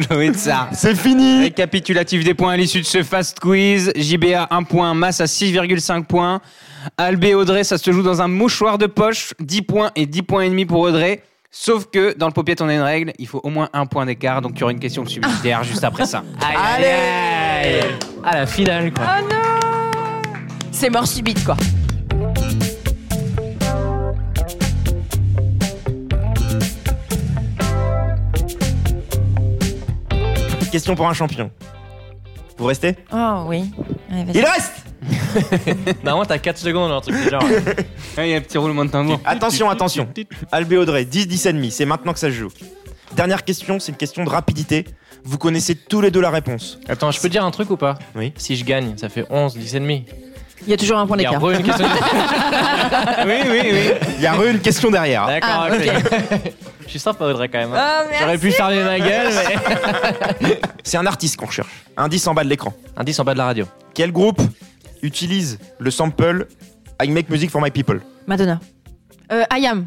C: Chloé Tsar. C'est fini Récapitulatif des points à l'issue de ce fast quiz. JBA 1 point, Mass à 6,5 points. Albé Audrey, ça se joue dans un mouchoir de poche. 10 points et 10 points et demi pour Audrey. Sauf que dans le paupiette, on a une règle, il faut au moins un point d'écart, donc il y aura une question subsidiaire juste après ça.
A: Allez, allez, (laughs) À la finale, quoi.
B: Oh non C'est mort subite, quoi.
D: Question pour un champion. Vous restez
B: Oh oui. Allez, vas-y.
D: Il reste
A: Normalement, t'as 4 secondes, un truc du genre.
C: Ah, Il y a un petit roulement de
D: (laughs)
C: tambour.
D: Attention, attention. Albé Audrey, 10, 10 et demi, c'est maintenant que ça se joue. Dernière question, c'est une question de rapidité. Vous connaissez tous les deux la réponse.
A: Attends, je peux dire un truc ou pas
D: Oui.
A: Si je gagne, ça fait 11, 10 et demi.
B: Il y a toujours un point
A: Il y a
B: d'écart.
A: re- une question. (laughs) oui, oui, oui.
D: Il y a re- une question derrière. hein.
A: D'accord,
B: Ah,
A: ok. (laughs) je suis sympa, Audrey, quand même. hein.
B: Oh, merci.
A: J'aurais pu fermer ma gueule, mais. (laughs)
D: C'est un artiste qu'on cherche. Indice en bas de l'écran.
A: Indice en bas de la radio.
D: Quel groupe utilise le sample I make music for my people
B: Madonna. Euh, I am.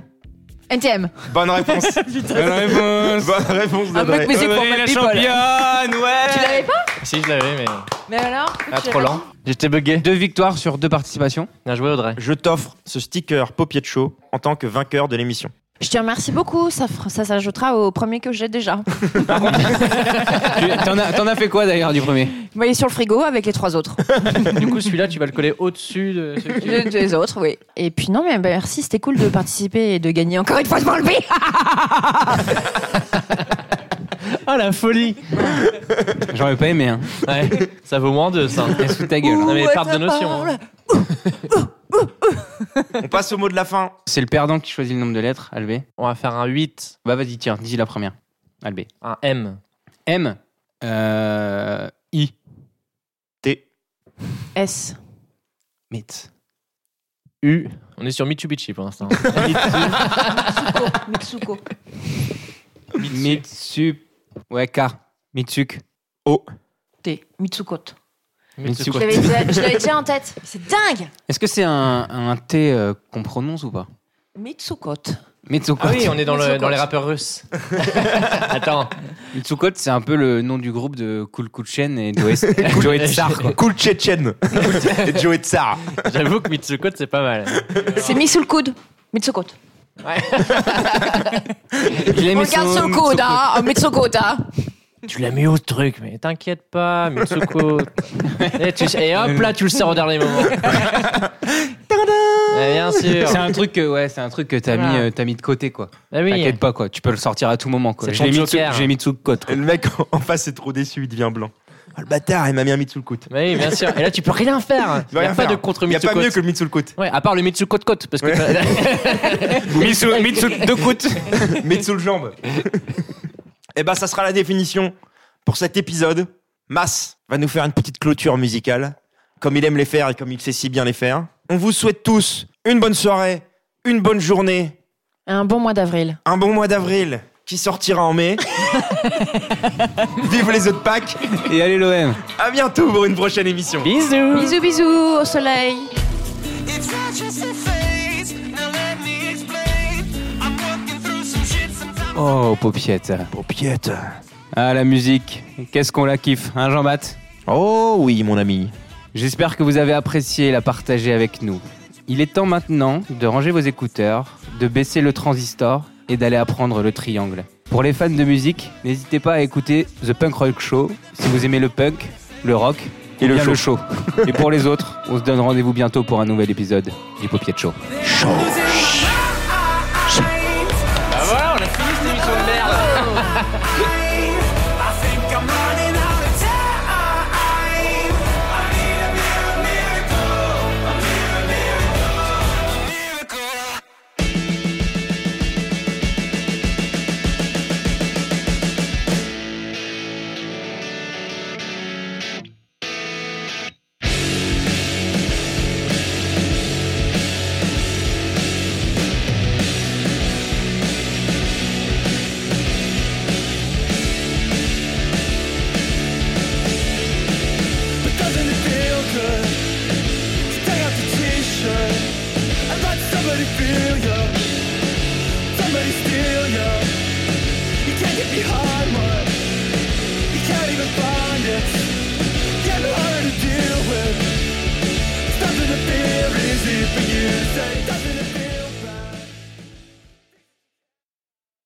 B: NTM.
D: Bonne réponse.
C: Bonne réponse
D: Bonne réponse
A: Ah,
D: Euh,
B: Un
A: bah,
D: d'Audrey.
B: mec musique pour
A: euh,
C: Audrey,
B: ma
C: la
B: people.
C: championne, ouais
B: Tu l'avais pas
A: (laughs) Si, je l'avais, mais.
B: Mais alors
A: Ah, trop lent. J'étais bugué.
C: Deux victoires sur deux participations.
A: Bien joué, Audrey.
D: Je t'offre ce sticker Popier de Show en tant que vainqueur de l'émission.
B: Je te remercie beaucoup, ça, fera- ça s'ajoutera au premier que j'ai déjà.
C: Tu- T'en as, t'en as fait quoi d'ailleurs du premier
B: Vous voyez sur le frigo avec les trois autres.
A: Du coup, celui-là, tu vas le coller au-dessus de celui qui.
B: (laughs) Les deux autres, oui. Et puis non, mais bah, merci, c'était cool de participer et de gagner encore une fois devant le prix.
A: Ah, la folie
C: J'aurais pas aimé. Hein.
A: Ouais, ça vaut moins de ça.
C: Sous ta gueule. hein.
A: Non, mais
B: Ouais,
A: part de
B: ça
A: notion.
B: parle.
A: hein.
D: On passe au mot de la fin.
C: C'est le perdant qui choisit le nombre de lettres, Albé.
A: On va faire un 8,
C: Bah vas-y, tiens, dis la première. Albé.
A: un M.
C: M. Euh, I.
D: T.
B: S.
C: Mythe.
A: U. On est sur Mitsubishi pour l'instant.
B: Mitsuko.
C: Mitsu. Ouais, K. Mitsuk.
D: O.
B: T. Mitsukot.
C: Mitsuko.
B: Je l'avais déjà- je l'avais déjà en tête. C'est dingue
C: Est-ce que c'est un, un T euh, qu'on prononce ou pas
B: Mitsukot.
C: Mitsukot.
A: Ah oui, on est dans, le,
B: Mitsukot.
A: dans les rappeurs russes. (laughs) Attends.
C: Mitsukot, c'est un peu le nom du groupe de Cool Cool Chen et
A: (laughs)
C: Joey Joey Tsar. quoi.
D: Cool Tchétchène. (laughs) Et Joey Tsar.
A: J'avoue que Mitsuko, c'est pas mal.
B: C'est mis sous le coude. Mitsukot.
C: Il a mis
B: Regarde
C: son-
B: sur le coude, hein. oh, Mitsukot, hein.
A: Tu l'as mis au truc, mais t'inquiète pas, (laughs) Mitsuko. et, tu- et hop là, tu le sors au dernier moment. Eh, bien sûr.
C: C'est un truc que ouais, c'est un truc que t'as
A: Voilà.
C: mis, euh, t'as mis de côté quoi.
A: Ah oui.
C: T'inquiète pas quoi, tu peux le sortir à tout moment quoi.
A: C'est
C: Je
A: ton
C: l'ai mis, sous-
A: joker.
C: je l'ai mis sous le côte.
D: Et
C: quoi.
D: le mec en- en face est trop déçu, il devient blanc. Oh, le bâtard, il m'a mis un Mitsulkut.
A: Eh Oui, bien sûr. Et là, tu peux rien faire.
D: Il
A: Il n'y a pas de contre
D: Il n'y a pas
A: Mitsuko.
D: mieux que le Mitsulkut.
A: (laughs) Ouais, à part le Mitsuko de côte, parce que
C: Mis sous, mis sous de côte.
D: Mitsul jambe. Eh ben, ça sera la définition pour cet épisode. Mas va nous faire une petite clôture musicale, comme il aime les faire et comme il sait si bien les faire. On vous souhaite tous une bonne soirée, une bonne journée,
B: Un bon mois d'avril.
D: un bon mois d'avril qui sortira en mai. Vive les autres Pâques.
C: Et allez l'OM.
D: À bientôt pour une prochaine émission.
A: Bisous.
B: Bisous, bisous, au soleil.
G: It's not just a phase. Now let me explain. I'm working through some shit sometimes.
C: Oh paupiette.
D: Paupiette.
C: Ah la musique. Qu'est-ce qu'on la kiffe, hein Jean-Baptiste
D: (laughs) Oh oui, mon ami.
C: J'espère que vous avez apprécié et la partagé avec nous. Il est temps maintenant de ranger vos écouteurs, de baisser le transistor et d'aller apprendre le triangle. Pour les fans de musique, n'hésitez pas à écouter The Punk Rock Show si vous aimez le punk, le rock
D: Et
C: ou
D: le
C: bien
D: show.
C: show. Et pour les autres, on se donne rendez-vous bientôt pour un nouvel épisode du Paupier de Show.
A: Ah voilà, on a fini cette émission de merde.
G: I think I'm running out of time. I need a miracle, miracle, a miracle, miracle, miracle. But doesn't it feel good to take out the t-shirt and let somebody feel you? Somebody steal you. You can't get behind one.